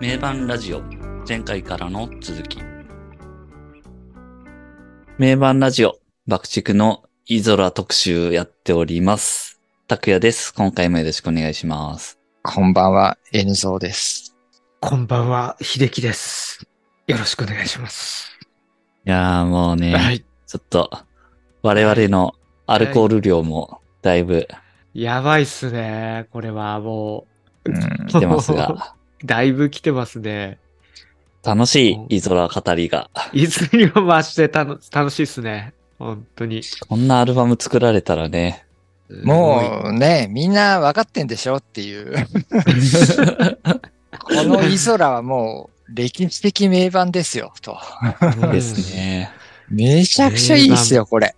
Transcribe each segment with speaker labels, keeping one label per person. Speaker 1: 名盤ラジオ前回からの続き名盤ラジオ爆竹のイゾラ特集やっております拓也です今回もよろしくお願いします
Speaker 2: こんばんは、N ゾーです。
Speaker 3: こんばんは、秀樹です。よろしくお願いします。
Speaker 1: いやーもうね、
Speaker 2: はい。
Speaker 1: ちょっと我々のアルコール量もだいぶ
Speaker 3: やばいっすね。これはも
Speaker 2: うん
Speaker 3: う。
Speaker 1: 来てます。が
Speaker 3: だいぶ来てますね。
Speaker 1: 楽し いイゾラ語りが
Speaker 3: いつにも増して楽楽しいっすね。本当に。
Speaker 1: こんなアルバム作られたらね
Speaker 2: もうね、みんな分かってんでしょっていう。このイゾラはもう歴史的名盤ですよ、と。
Speaker 3: うん
Speaker 1: です。ね
Speaker 2: めちゃくちゃいいっすよ、これ。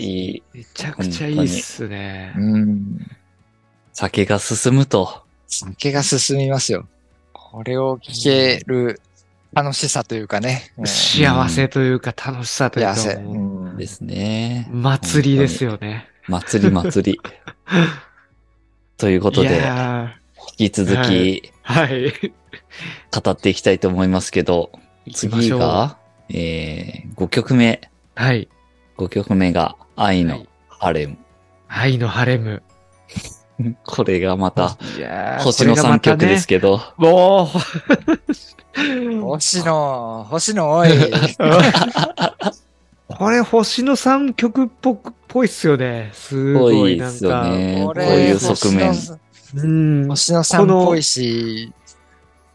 Speaker 1: いい
Speaker 3: めちゃくちゃいいっすね
Speaker 2: う。ん。
Speaker 1: 酒が進むと
Speaker 2: 酒が進みますよ。これを聞ける楽しさというかね。うん
Speaker 3: 幸せというか楽しさという
Speaker 2: 幸
Speaker 3: か、
Speaker 2: せ。
Speaker 3: も
Speaker 2: うん
Speaker 1: ですね
Speaker 3: う祭りですよね。
Speaker 1: 祭り祭 り。ということ
Speaker 3: い
Speaker 1: で、
Speaker 3: や
Speaker 1: 引き続
Speaker 3: は
Speaker 1: き
Speaker 3: ーはい。
Speaker 1: 語っていきたいと思いますけど、
Speaker 3: 行きま
Speaker 1: 次
Speaker 3: しょう。は
Speaker 1: が、えー、5曲目。
Speaker 3: い。
Speaker 1: 5曲目が、愛
Speaker 3: は
Speaker 1: の
Speaker 3: い
Speaker 1: ハレム。
Speaker 3: 愛のハレム。
Speaker 1: これがまた、
Speaker 3: いやー
Speaker 1: 星の
Speaker 3: これ
Speaker 1: 3
Speaker 3: がまた
Speaker 1: 曲
Speaker 3: ね
Speaker 1: ですけど、
Speaker 3: もう、
Speaker 2: 星野、星野多い。
Speaker 3: これ星の3曲っぽく、ぽいっすよね。す
Speaker 1: 多
Speaker 3: ご
Speaker 1: い
Speaker 3: い
Speaker 1: で
Speaker 3: なん
Speaker 1: すよ
Speaker 3: か。
Speaker 1: ね。こ
Speaker 2: こ
Speaker 1: う
Speaker 2: れ
Speaker 1: いう側面。
Speaker 2: 星野
Speaker 3: うん。こ
Speaker 2: 星野さんっぽいし、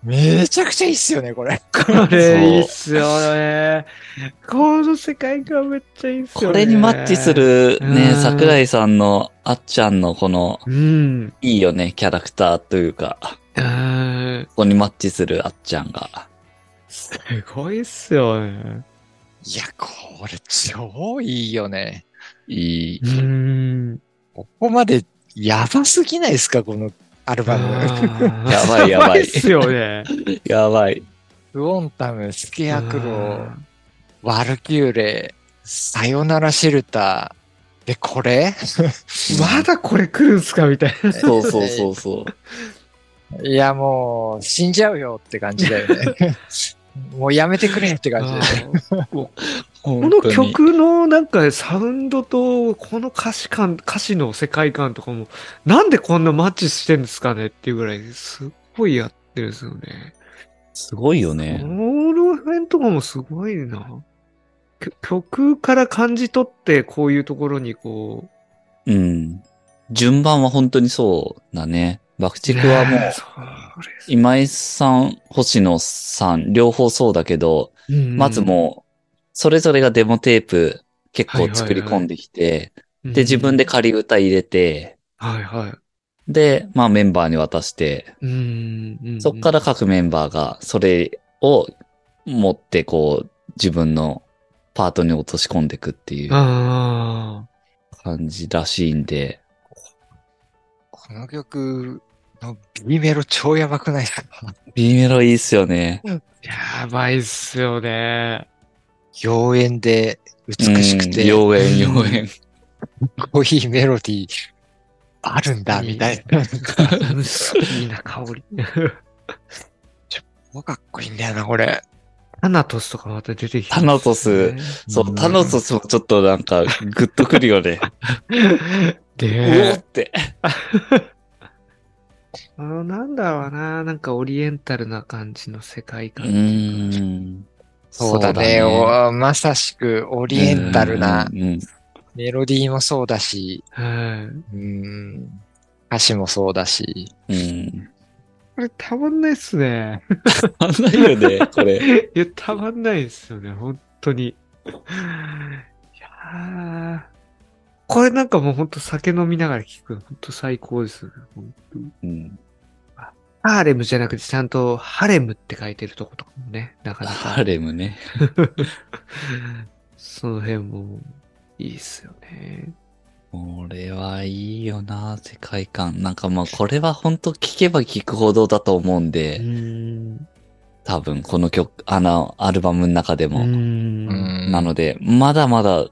Speaker 2: めちゃくちゃいいっすよね、これ。
Speaker 3: れいいっすよね。この世界観めっちゃいいっす
Speaker 1: こ
Speaker 3: よね。
Speaker 1: れにマッチす。るね
Speaker 3: う、ん
Speaker 1: 桜井さんのあっちゃんのこの、
Speaker 3: うん。
Speaker 1: いいよね、キャラクターというか、
Speaker 3: うん
Speaker 1: ここにマッチするあっちゃんが。
Speaker 3: すごいっすよね。
Speaker 2: いや、これ超いいよね。
Speaker 1: いい。
Speaker 3: うん。
Speaker 2: ここまでやばすぎないですか、このアルバム。
Speaker 1: や
Speaker 3: や
Speaker 1: ばいやばい
Speaker 3: っすよね。
Speaker 1: やばい。
Speaker 2: ウォンタム、スケアクロ
Speaker 3: う
Speaker 2: ー、
Speaker 3: ん
Speaker 2: ワルキューレ、さよならシェルター。で、これ
Speaker 3: まだこれ来るんすかみたいな。
Speaker 1: そうそうそうそう。
Speaker 2: いや、もう、死んじゃうよって感じだよ ね。もうやめてくれって感じだよね。
Speaker 3: この曲のなんかサウンドとこの歌詞感、歌詞の世界観とかも、なんでこんなマッチしてんですかねっていうぐらい、すっごいやってるんですよね。
Speaker 1: すごいよ
Speaker 3: こ
Speaker 1: ね。
Speaker 3: の辺とかもすごいな。きょ曲から感じ取って、こういうところにこう。
Speaker 1: うん。順番は本当にそうだね。爆竹はもう
Speaker 3: ね、それ
Speaker 1: 今井さん、星野さん、両方そうだけど、まずもう、それぞれがデモテープ結構作り込んできて、
Speaker 3: うん、
Speaker 1: で、自分で仮歌入れて、
Speaker 3: はいはい。
Speaker 1: で、まあメンバーに渡して、
Speaker 3: うんうんうん
Speaker 1: そっから各メンバーがそれを持ってこう、自分のパートに落とし込んでいくっていう
Speaker 3: あ
Speaker 1: 感じらしいんで、
Speaker 2: この曲の B メロ超やばくないですか
Speaker 1: B メロいいっすよね。
Speaker 3: あ。やばいっすよね。
Speaker 2: 妖艶で美しくて、
Speaker 1: うん
Speaker 2: か
Speaker 1: 妖艶、妖艶。
Speaker 2: っこいいメロディーあるんだ、みたいな。
Speaker 3: うんすごいいいな、香り。
Speaker 2: もうかっこいいんだよな、これ。
Speaker 3: タナトスとかまた出てきて、
Speaker 1: タナトス。そう、タノトスもちょっとなんか、グッとくるよね。うお
Speaker 3: で
Speaker 1: っ、て。
Speaker 3: あの、なんだろうな、なんかオリエンタルな感じの世界
Speaker 1: う
Speaker 3: 観。
Speaker 1: ーん。
Speaker 2: そうだね。おまさしくオリエンタルな
Speaker 1: うんうん
Speaker 2: メロディーもそうだし、
Speaker 3: はい。
Speaker 2: うん、歌詞もそうだし。
Speaker 1: うん。
Speaker 3: これたまんないっすね。
Speaker 1: あんないよね、これ。
Speaker 3: いや、たまんないっすよね、本当に。いやーこれなんかもう本当酒飲みながら聴く。本当最高ですよね。ほん
Speaker 1: うん
Speaker 3: ハーレムじゃなくてちゃんとハレムって書いてるとことかもね、なかなか。
Speaker 1: ハーレムね。
Speaker 3: その辺もいいっすよね。
Speaker 1: これはいいよな、世界観。なんかまあ、これは本当聞けば聞くほどだと思うん
Speaker 3: う
Speaker 1: で、
Speaker 3: ん。
Speaker 1: 多分この曲、あの、アルバムの中でも。
Speaker 3: ん。
Speaker 1: なので、まだまだ、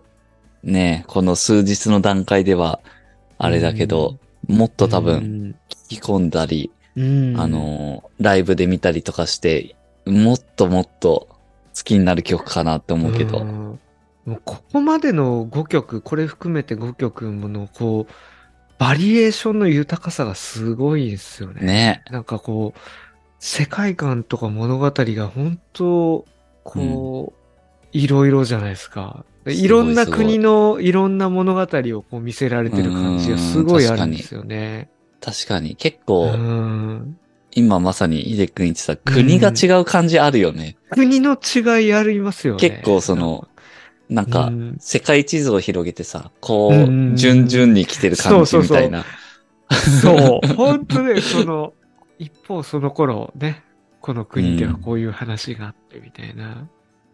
Speaker 1: ね、この数日の段階では、あれだけど、もっと多分、
Speaker 3: 分。
Speaker 1: 聞き込んだり、
Speaker 3: うん
Speaker 1: あ、の、ライブで見たりとかして、もっともっと好きになる曲かなって思うけど。
Speaker 3: んもうここまでの5曲、これ含めて5曲もの、こう、バリエーションの豊かさがすごいですよね。
Speaker 1: ね
Speaker 3: なんかこう、世界観とか物語が本当、こう、いろいろじゃないですか。で
Speaker 1: ごい
Speaker 3: いろんな国のいろんな物語をこう見せられてる感じがすごいあるんですよね。
Speaker 1: 確かに結
Speaker 3: う
Speaker 1: 構、
Speaker 3: ん
Speaker 1: 今まさに秀くん言ってた国が違う感じあるよね。
Speaker 3: 国の違いありますよね。
Speaker 1: 結構その、なん
Speaker 3: う
Speaker 1: か、
Speaker 3: ん
Speaker 1: 世界地図を広げてさ、こ
Speaker 3: うん
Speaker 1: う、順々に来てる感じみたいな。
Speaker 3: そう。 本当ね、その、一方その頃ね、この国ではこういう話があってみたいな。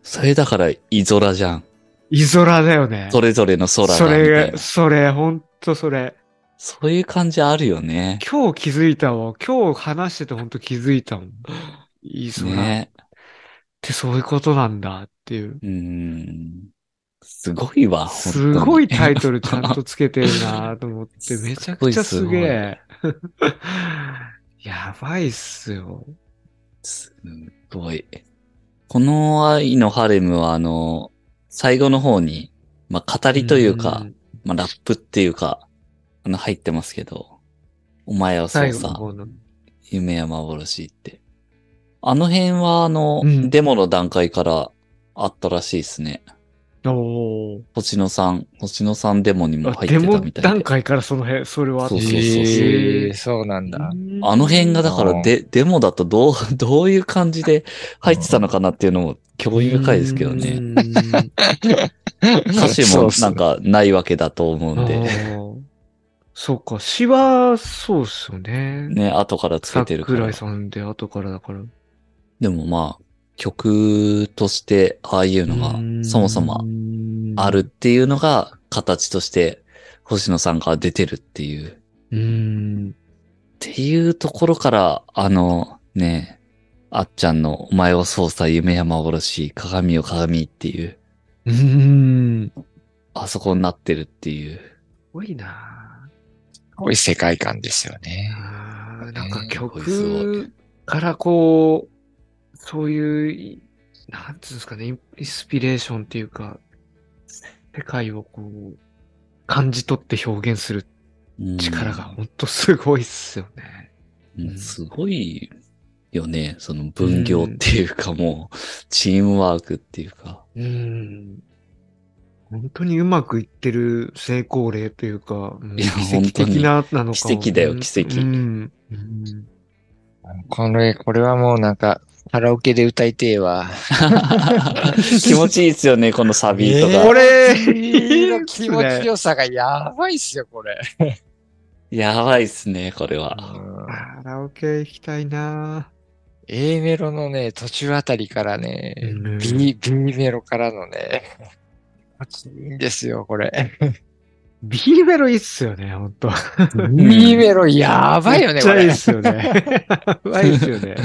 Speaker 1: それだから、イゾラじゃん。
Speaker 3: イゾラだよね。
Speaker 1: それぞれの空がみ
Speaker 3: そ
Speaker 1: たい
Speaker 3: れ
Speaker 1: な
Speaker 3: が、。それ、ほんとそれ。
Speaker 1: そういう感じあるよね。
Speaker 3: 今日気づいたわ。今日話しててほんと気づいたもん。いい空っ
Speaker 1: ね
Speaker 3: てそういうことなんだっていう。
Speaker 1: うん。すごいわ、本当
Speaker 3: す
Speaker 1: に
Speaker 3: ごいタイトルちゃんとつけてるなと思って、
Speaker 1: すごい
Speaker 3: めちゃくちゃすげ
Speaker 1: すごい
Speaker 3: え。 やばいっすよ。
Speaker 1: すごい。この愛のハレムは、あの、最後の方に、まあ、語りというか、
Speaker 3: ん、
Speaker 1: まあ、ラップっていうか、あの、入ってますけど、お前はそう
Speaker 3: 最後の
Speaker 1: さ、
Speaker 3: 方の。
Speaker 1: 夢や幻って。あの辺は、あの、
Speaker 3: うん
Speaker 1: デモの段階からあったらしいですね。
Speaker 3: おー
Speaker 1: 星野さん、星野さんデモにも
Speaker 3: あ
Speaker 1: 入
Speaker 3: で
Speaker 1: ってた
Speaker 3: も
Speaker 1: みたいで。
Speaker 3: 段階からその辺、それはあった
Speaker 1: そうそうそう
Speaker 2: えーそうなんだ。
Speaker 1: あの辺がだか
Speaker 2: う
Speaker 1: ら
Speaker 2: ん
Speaker 1: で、デモだとどう、 どういう感じで入ってたのかなっていうのも興味深いですけどね。
Speaker 3: うん。う
Speaker 1: 歌詞
Speaker 2: そう
Speaker 1: も
Speaker 2: そう
Speaker 1: なんかないわけだと思うん
Speaker 3: ん
Speaker 1: で、
Speaker 3: そうか、詩は、そうっすよね。
Speaker 1: ね、後からつけてるか
Speaker 3: 桜
Speaker 1: ら
Speaker 3: 井。さんで後からだから。
Speaker 1: でもまあ、曲としてああいうのがそもそもあるっ。ていうのが形として星野さんが出てるっていう、っ
Speaker 3: うん。
Speaker 1: ていうところから、あの、ね、あっちゃんのお前を操作夢山おろし、鏡よ鏡っていう、
Speaker 3: うん。す
Speaker 1: あそこになってるっていう。
Speaker 3: ごいな
Speaker 2: すごい世界観ですよ
Speaker 3: ぁ
Speaker 2: ね。
Speaker 3: あーなん
Speaker 2: え
Speaker 3: か
Speaker 2: ー
Speaker 1: すご
Speaker 3: 曲からこう、そういうい、なんつうんですかね、インインスピレーションっていうか、世界をこう、感じ取って表現する
Speaker 1: うん
Speaker 3: 力がほんとすごいっすよね。
Speaker 1: うんすごいよね。その分業っていうかもう、チームワークっていうか。
Speaker 3: うん。本当にうまくいってる成功例というか、もう
Speaker 1: いや
Speaker 3: 奇跡的ななのかも
Speaker 1: 奇跡だよ奇跡
Speaker 3: うん。うん
Speaker 2: これ、これはもうなんか、カラオケで歌いてえわ。
Speaker 1: 気持ちいいですよね、このサビと
Speaker 2: ね
Speaker 1: か。
Speaker 3: これ、
Speaker 2: の気持ちよさがやばいっすよ、これ。
Speaker 1: やばいっすね、これは。
Speaker 2: うん
Speaker 3: カラオケ行きたいな
Speaker 2: A メロのね、途中あたりからね、
Speaker 3: うん
Speaker 2: B、B メロからのね、 気持ちいいんですよ、これ。
Speaker 3: B メロいいっすよね、ほんと。
Speaker 2: B メロやばいよ
Speaker 3: め
Speaker 2: ね、
Speaker 3: っち
Speaker 2: こ
Speaker 3: ゃいい
Speaker 2: れ
Speaker 3: っ。すよね。やばいっすよね。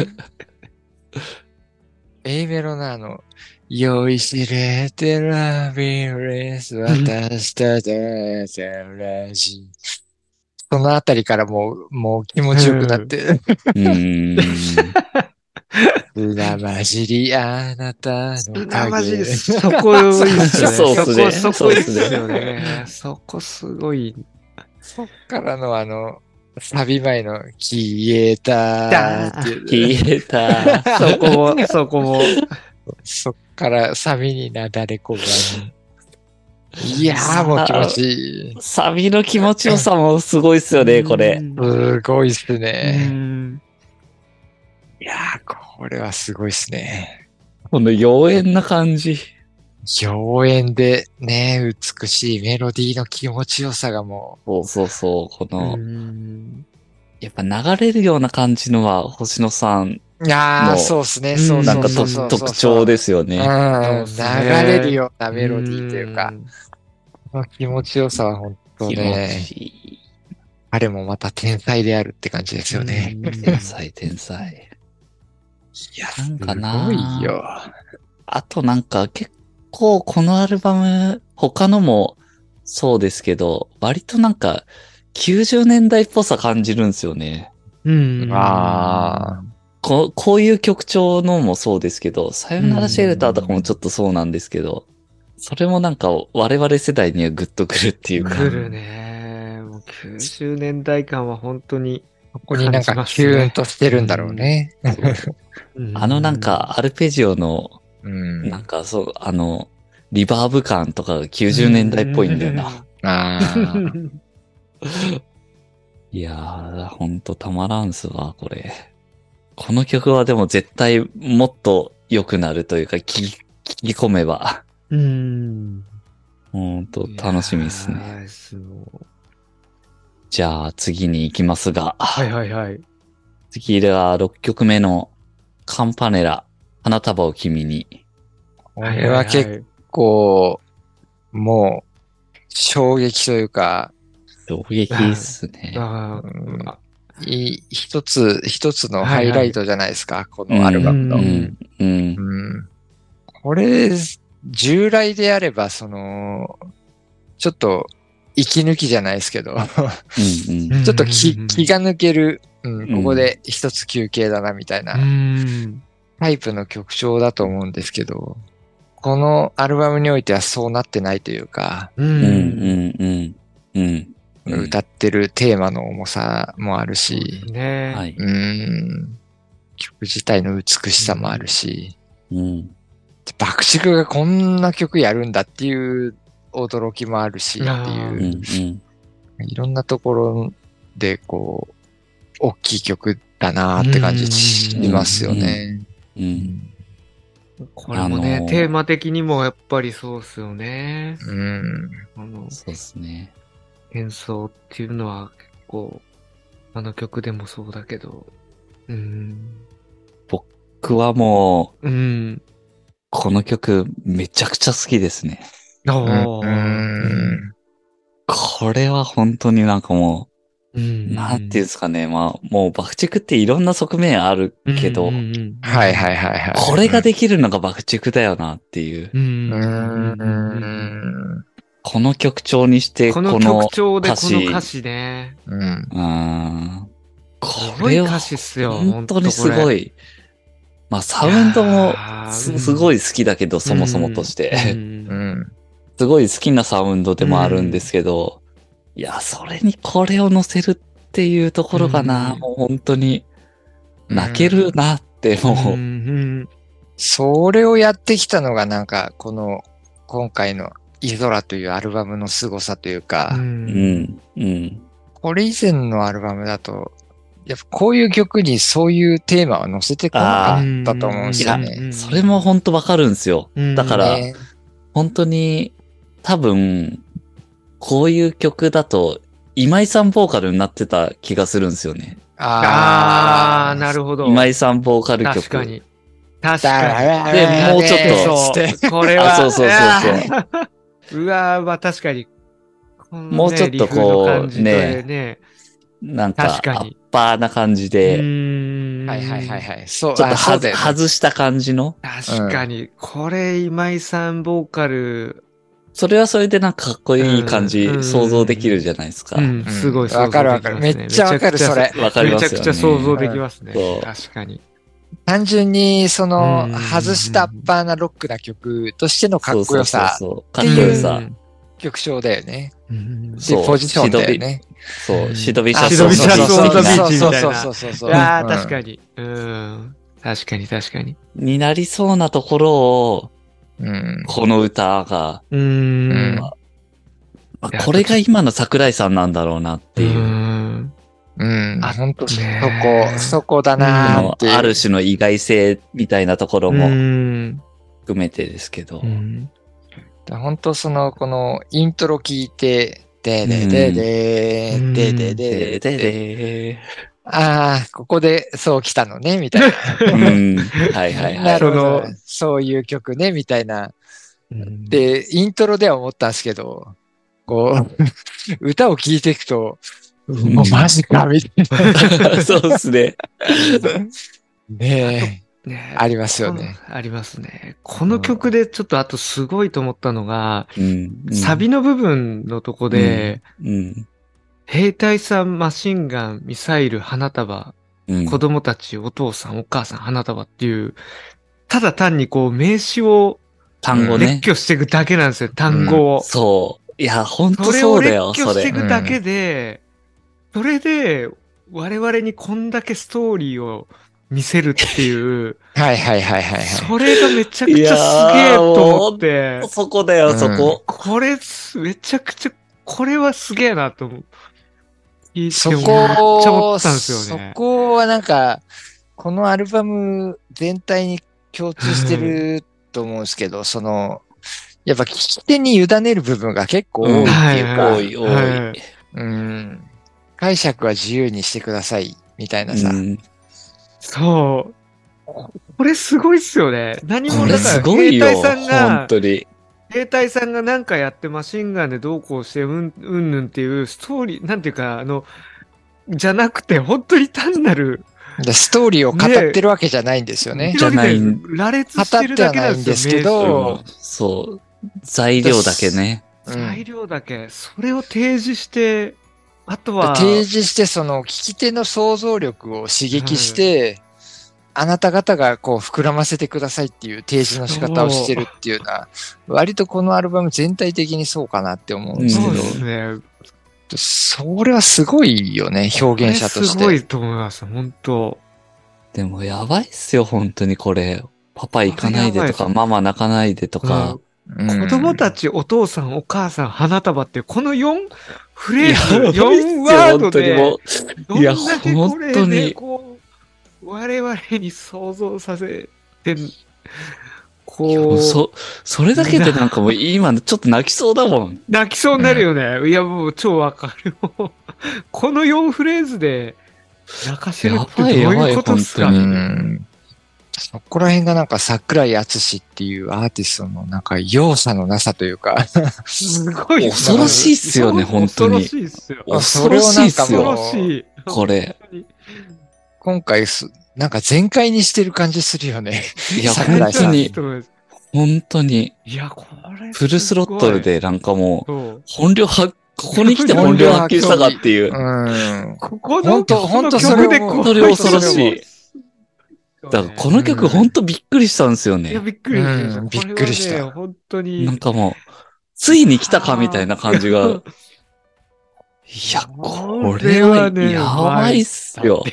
Speaker 2: A メロのあの、酔いしれてラビレス、私たちらしい。そのあたりからもう、もう気持ちよくなって、
Speaker 1: うーん。
Speaker 2: 裏混じりあなたの
Speaker 3: なまじ
Speaker 2: 影。
Speaker 3: いっす。そこいいっすよね。
Speaker 1: そうっすね
Speaker 3: そこ、そこいいっす
Speaker 1: そ
Speaker 3: よ
Speaker 1: うっす
Speaker 3: ね。そこすごい。
Speaker 2: そっからのあの、サビ前の、消えたーっていう
Speaker 1: 消えた。
Speaker 3: そこも、そこも。
Speaker 2: そっからサビになだれ込 む。いやーもう気持ちいい。
Speaker 1: サビの気持ちよさもすごいっすよね、これ。
Speaker 2: すごいっす
Speaker 3: う
Speaker 2: ね。
Speaker 3: ん。
Speaker 2: いやーこれはすごいっすね。
Speaker 1: この妖艶な感じ。
Speaker 2: 妖艶でね、美しいメロディーの気持ちよさがも
Speaker 1: そうそうそう、この、
Speaker 3: うん
Speaker 1: やっぱ流れるような感じのは星野さん、
Speaker 2: う、いや
Speaker 1: も
Speaker 2: ー
Speaker 1: う
Speaker 2: そうっすね、
Speaker 3: うん
Speaker 2: そう
Speaker 1: なんか
Speaker 2: そ
Speaker 1: と
Speaker 2: うそうそう
Speaker 1: 特徴ですよ
Speaker 2: う
Speaker 1: ね。
Speaker 2: ん、
Speaker 3: そうっすね
Speaker 2: 流れるようなメロディーというか、。この気持ちよさは本当
Speaker 1: 気持
Speaker 2: ね、
Speaker 1: ちいい。
Speaker 2: 彼もまた天才であるって感じですよね。
Speaker 3: うん。
Speaker 1: 天才、天才。
Speaker 2: いや、
Speaker 1: なんかな
Speaker 2: すごいよ。
Speaker 1: あとなんか結構このアルバム、他のもそうですけど、割となんか90年代っぽさ感じるんですよね。
Speaker 3: うん。
Speaker 2: ああ。
Speaker 1: こうこういう曲調のもそうですけど、さよならシェルターとかもちょっとそうなんですけど、それもなんか我々世代にはグッとくるっていうか、
Speaker 3: 来るね。もう90年代感は本当に。
Speaker 2: ここになんかキューンとしてるんだろうね。
Speaker 1: あのなん、かアルペジオの、
Speaker 2: うん。
Speaker 1: なんかそう、あの、リバーブ感とかが90年代っぽいんだよな。
Speaker 2: あ
Speaker 3: う
Speaker 2: あ。
Speaker 3: ん。
Speaker 1: いやー、ほんとたまらんすわ、これ。この曲はでも絶対もっと良くなるというか、聞き、聞き込めば、
Speaker 3: うん。
Speaker 1: ほんと楽しみです
Speaker 3: いや
Speaker 1: ね。
Speaker 3: ーすごい
Speaker 1: じゃあ次に行きますが、
Speaker 3: はいはいはい。
Speaker 1: 次では6曲目のカンパネラ、花束を君に。
Speaker 2: これは結
Speaker 3: 構。
Speaker 2: こう、もう、衝撃というか、
Speaker 1: 衝撃ですね。
Speaker 3: あー
Speaker 2: うん
Speaker 3: あ
Speaker 2: いい一つ、一つの
Speaker 3: はいは
Speaker 2: ハ
Speaker 3: い
Speaker 2: イライトじゃないですか、このアルバムの。
Speaker 1: う、
Speaker 3: うん
Speaker 1: うん、
Speaker 2: うんこれ、従来であれば、その、ちょっと、息抜きじゃないですけど、
Speaker 1: うん、うん。
Speaker 2: ちょっと気
Speaker 3: うん
Speaker 2: 気が抜ける、う
Speaker 1: うん
Speaker 2: ん、ここで一つ休憩だな、みたいな
Speaker 3: うん。
Speaker 2: タイプの曲調だと思うんですけど、このアルバムにおいてはそうなってないというか、
Speaker 3: う
Speaker 1: うん、
Speaker 3: ん。
Speaker 1: うん、うん。うん
Speaker 2: 歌ってるテーマの重さもあるし、
Speaker 3: ね
Speaker 1: はい。
Speaker 2: うーん、曲自体の美しさもあるし、
Speaker 1: うん、
Speaker 2: 爆竹がこんな曲やるんだっていう驚きもあるし、っ
Speaker 1: う
Speaker 2: てい
Speaker 1: ん、う
Speaker 2: う、
Speaker 1: ん。
Speaker 2: いろんなところでこう、大きい曲だなーって感じしますよね。
Speaker 1: うん。
Speaker 3: これもね、
Speaker 1: あのー
Speaker 3: テーマ的にもやっぱりそうっすよね。
Speaker 2: うん。
Speaker 3: あの、
Speaker 1: そうですね。
Speaker 3: 演奏っていうのは結構、あの曲でもそうだけど。うん。
Speaker 1: 僕はもう、
Speaker 3: うん。
Speaker 1: この曲めちゃくちゃ好きですね。
Speaker 3: あ
Speaker 2: う
Speaker 3: あ。
Speaker 2: ん。
Speaker 1: これは本当になんかも
Speaker 3: う
Speaker 1: う、
Speaker 3: ん
Speaker 1: なんていうんですかね。まあ、もう爆竹っていろんな側面あるけど、
Speaker 3: うんうんうん
Speaker 2: はいはいはいはい。
Speaker 1: これができるのが爆竹だよなっていう。
Speaker 3: うん
Speaker 2: う
Speaker 3: うんうんうんうん
Speaker 2: ん。
Speaker 1: この曲調にして、こ
Speaker 3: こ
Speaker 1: の、
Speaker 3: の曲調でこ
Speaker 1: この
Speaker 3: の
Speaker 1: 歌
Speaker 3: 歌
Speaker 1: 詞
Speaker 3: 詞ね。
Speaker 2: うん。
Speaker 1: うーん。こ
Speaker 3: これ
Speaker 1: れ
Speaker 3: い
Speaker 1: は
Speaker 3: 歌詞っすよ。
Speaker 1: 本当にす
Speaker 3: ほんとこ
Speaker 1: ご
Speaker 3: れ。
Speaker 1: い。まあ、サウンドもすすご
Speaker 3: い
Speaker 1: い好きだけど、そもそもとして。
Speaker 3: やー。
Speaker 2: う
Speaker 3: う
Speaker 2: んん。
Speaker 1: すごい好きなサウンドでもあるんですけど、いや、それにこれを乗せるっていうところがな、
Speaker 3: うん
Speaker 1: もう本当に泣けるなって、もう、
Speaker 3: うん
Speaker 2: それをやってきたのがなんか、この、今回のイゾラというアルバムの凄さというか、
Speaker 1: う
Speaker 3: うん
Speaker 1: ん、うん、
Speaker 2: これ以前のアルバムだと、やっぱこういう曲にそういうテーマは載せてこなかったと思うんですよ
Speaker 1: あ
Speaker 2: ね。
Speaker 1: それも本当わかるんですよ。
Speaker 3: うん
Speaker 1: だから
Speaker 2: ね
Speaker 1: 本当に、多分、こういう曲だと、今井さんボーカルになってた気がするんですよね。
Speaker 3: ああ、
Speaker 2: る
Speaker 3: なるほど。
Speaker 1: 今井さんボーカル曲。
Speaker 3: 確かに。確
Speaker 2: だ
Speaker 3: かに。
Speaker 2: から
Speaker 1: でもうちょっと
Speaker 3: そう。 これは。
Speaker 1: あそうそう そう
Speaker 3: そう。うわーまあ確かに。このね
Speaker 1: もうちょっとこう
Speaker 3: リフの感じと
Speaker 1: ね
Speaker 3: ね。
Speaker 1: なんか、
Speaker 3: 確かに
Speaker 1: アッパーな感じ
Speaker 3: う
Speaker 1: で、
Speaker 3: ーん
Speaker 2: はいはいはいはい。そう、
Speaker 1: ちょっと
Speaker 2: あそう
Speaker 1: は
Speaker 2: だよね
Speaker 1: 外した感じの。
Speaker 3: 確かに、これ今井さんボーカル、
Speaker 1: それはそれでなんかかっこいい感じ、
Speaker 3: うん
Speaker 1: 想像できるじゃないですか。
Speaker 3: うん、
Speaker 2: うん
Speaker 3: すごい想像
Speaker 2: わかるわか
Speaker 3: でき
Speaker 2: る。
Speaker 3: ます
Speaker 2: め
Speaker 3: ね
Speaker 2: っちゃわかる、そ。れ。
Speaker 1: わか
Speaker 3: め
Speaker 1: り
Speaker 3: ち
Speaker 1: ます
Speaker 3: ゃく
Speaker 1: よね。
Speaker 3: ちゃ想像できますね
Speaker 1: そう。
Speaker 3: 確かに。
Speaker 2: 単純に、その
Speaker 3: うん、
Speaker 2: 外したアッパーなロックな曲としてのかっこよさ、
Speaker 1: そうそうそうそうかっこよ
Speaker 2: う
Speaker 1: さ
Speaker 3: ん。。
Speaker 2: 曲調だよね。
Speaker 3: うん
Speaker 1: そう
Speaker 2: でポジションだよね。
Speaker 1: そう、シドビシャ
Speaker 2: あ
Speaker 1: ス
Speaker 2: そうそう
Speaker 3: シドビシャスオンザビーチ
Speaker 2: そう
Speaker 3: みたいな
Speaker 2: そうそうそうそう。
Speaker 3: いやー、確
Speaker 2: に。
Speaker 3: かに。うん。確かに、確かに。
Speaker 1: になりそうなところを、
Speaker 2: うん。
Speaker 1: この歌が、
Speaker 3: うーん。
Speaker 1: ま
Speaker 3: い
Speaker 1: あ
Speaker 3: や
Speaker 1: これが今の桜井さんなんだろうなっていうう、
Speaker 3: ん。
Speaker 2: うん。
Speaker 3: あ
Speaker 2: ほんと、そ
Speaker 3: ね
Speaker 2: こ、そこだなー
Speaker 1: あ
Speaker 2: っていう。
Speaker 1: のある種の意外性みたいなところ
Speaker 3: う
Speaker 1: も
Speaker 3: ん。
Speaker 1: 含めてですけど、
Speaker 3: うん
Speaker 2: 本当その、この、イントロ聞いて、でででで
Speaker 3: うん
Speaker 2: で
Speaker 1: で
Speaker 2: でで
Speaker 1: で
Speaker 2: でで、
Speaker 1: で
Speaker 2: ああ、ここでそう来たのね、みたいな。
Speaker 1: うん、はいはいは。
Speaker 2: ないるほど
Speaker 3: その。
Speaker 2: そういう曲ね、みたいな。
Speaker 3: うん、
Speaker 2: で、イントロでは思ったんですけど、こう、歌を聴いていくと、
Speaker 1: ん
Speaker 2: もうマジか、みたいな。
Speaker 1: そうですね。
Speaker 2: ねえ、
Speaker 3: ね
Speaker 2: ありますよね。
Speaker 3: このありますね。この曲でちょっとあとすごいと思ったのが、
Speaker 1: うん
Speaker 3: サビの部分のとこで、
Speaker 1: うん、
Speaker 3: 兵隊さん、マシンガン、ミサイル、花束、
Speaker 1: うん。
Speaker 3: 子供たち、お父さん、お母さん、花束っていう、ただ単にこう名詞を
Speaker 1: 単語
Speaker 3: 列
Speaker 1: ね。
Speaker 3: 挙していくだけなんですよ、単語を。
Speaker 1: そう。いや、ほんと
Speaker 3: それ
Speaker 1: そ
Speaker 3: を
Speaker 1: うだ
Speaker 3: 列
Speaker 1: よ、
Speaker 3: 挙
Speaker 1: そ
Speaker 3: してい
Speaker 1: れ。
Speaker 3: くだけで、それで、我々にこんだけストーリーを見せるっていう、
Speaker 2: はいはいはいはいはい。
Speaker 3: それがめちゃくちゃすげえと思って、
Speaker 1: そこだよ、そこ。
Speaker 3: これす、めちゃくちゃ、これはすげえなと思う。聞い
Speaker 2: そ
Speaker 3: てもめっちゃ思
Speaker 2: こ
Speaker 3: ったんですよね
Speaker 2: そ。こはなんか、このアルバム全体に共通してると思うんですけど、その、やっぱ聞き手に委ねる部分が結構多いっていうか、
Speaker 1: 多い、多。
Speaker 3: はい
Speaker 2: うん、解釈は自由にしてください、みたいなさ。
Speaker 1: うん
Speaker 3: そう。これすごいっすよね。何
Speaker 1: こ
Speaker 3: も
Speaker 1: れ
Speaker 3: だか
Speaker 1: す
Speaker 3: ら、
Speaker 1: ごい
Speaker 3: 兵
Speaker 1: よ、
Speaker 3: 隊さん
Speaker 1: 本
Speaker 3: が、
Speaker 1: 当に。
Speaker 3: 兵隊さんが何かやってマシンガンでどうこうして、うん、うんぬんっていうストーリー、なんていうか、あの、じゃなくて、本当に単なる、
Speaker 2: でストーリーを語ってるわけじゃないんですよね。
Speaker 1: じゃない
Speaker 3: 羅列してるだけなんですよ、
Speaker 2: 語ってはないんですけど
Speaker 1: うんそう。材料だけね。
Speaker 3: 名
Speaker 2: う
Speaker 3: 刺
Speaker 2: ん
Speaker 3: 材料だけ、それを提示して、あと
Speaker 2: で
Speaker 3: は、
Speaker 2: 提示して、その聞き手の想像力を刺激して、あなた方がこう膨らませてくださいっていう提示の仕方をしてるっていうのは、割とこのアルバム全体的にそうかなって思うんですけ
Speaker 3: そ
Speaker 2: ど
Speaker 3: う、ですね。
Speaker 2: それはすごいよね、表現者とし
Speaker 3: これ
Speaker 2: て。
Speaker 3: すごいと思います、本当
Speaker 1: でもやばいっすよ、本当にこれ。パパ行かないでと
Speaker 3: これやばいっ
Speaker 1: か、
Speaker 3: す
Speaker 1: ママ泣かないでとか。
Speaker 3: 子供た
Speaker 2: ち、
Speaker 3: ち、お父さん、お母さん、花束って、この4フレーズ、
Speaker 1: やばいっす
Speaker 3: 4
Speaker 1: よ
Speaker 3: ワード
Speaker 1: 本当に
Speaker 3: で、
Speaker 1: もう
Speaker 3: どんだけこ
Speaker 1: いや本当
Speaker 3: れ
Speaker 1: に
Speaker 3: で、こう、我々に想像させて、こう、
Speaker 1: そ、それだけでなんかもう今ちょっと泣きそうだもん。
Speaker 3: 泣きそうになるよね。いや、もう超わかる。 もうこの4フレーズで、泣かせるってどう
Speaker 1: やばい
Speaker 3: いう
Speaker 1: やば
Speaker 3: こ
Speaker 1: い
Speaker 3: とっす
Speaker 1: 本
Speaker 2: う
Speaker 3: か
Speaker 1: 当に
Speaker 2: んそこら辺がなんか桜井敦っていうアーティストのなんか容赦のなさというか、
Speaker 3: すごい。
Speaker 1: 恐ろしいっすよ ね本当に
Speaker 3: 恐ろしいっすよ。
Speaker 1: 恐ろしいっす
Speaker 2: それ
Speaker 1: よ、
Speaker 2: をなん
Speaker 3: 恐ろ
Speaker 2: かもう
Speaker 3: しい。
Speaker 1: これ。
Speaker 2: 今回す、なんか全開にしてる感じするよね。
Speaker 1: いや、
Speaker 2: 桜
Speaker 1: 本
Speaker 2: 井さ
Speaker 1: 当
Speaker 2: ん
Speaker 1: に、本当に、
Speaker 3: いや、これ。
Speaker 1: フルスロットル。でなんかもう、
Speaker 3: そう。
Speaker 1: 本領発、ここに来て本領発揮したかっていう
Speaker 2: う。 ん。
Speaker 3: ここの、
Speaker 2: 本当本当それを
Speaker 3: こ
Speaker 1: 本
Speaker 3: の曲でこう
Speaker 1: 当に恐ろしい。だからこの曲本当びっくりしたんですよ
Speaker 3: い
Speaker 1: ね。
Speaker 3: や、びっくりしま
Speaker 2: うん
Speaker 3: した。
Speaker 2: びっくりした
Speaker 3: これはね本当に。
Speaker 1: なんかもう、ついに来たかみたいな感じが。いや、これは
Speaker 3: これはね
Speaker 1: やばいっすよ。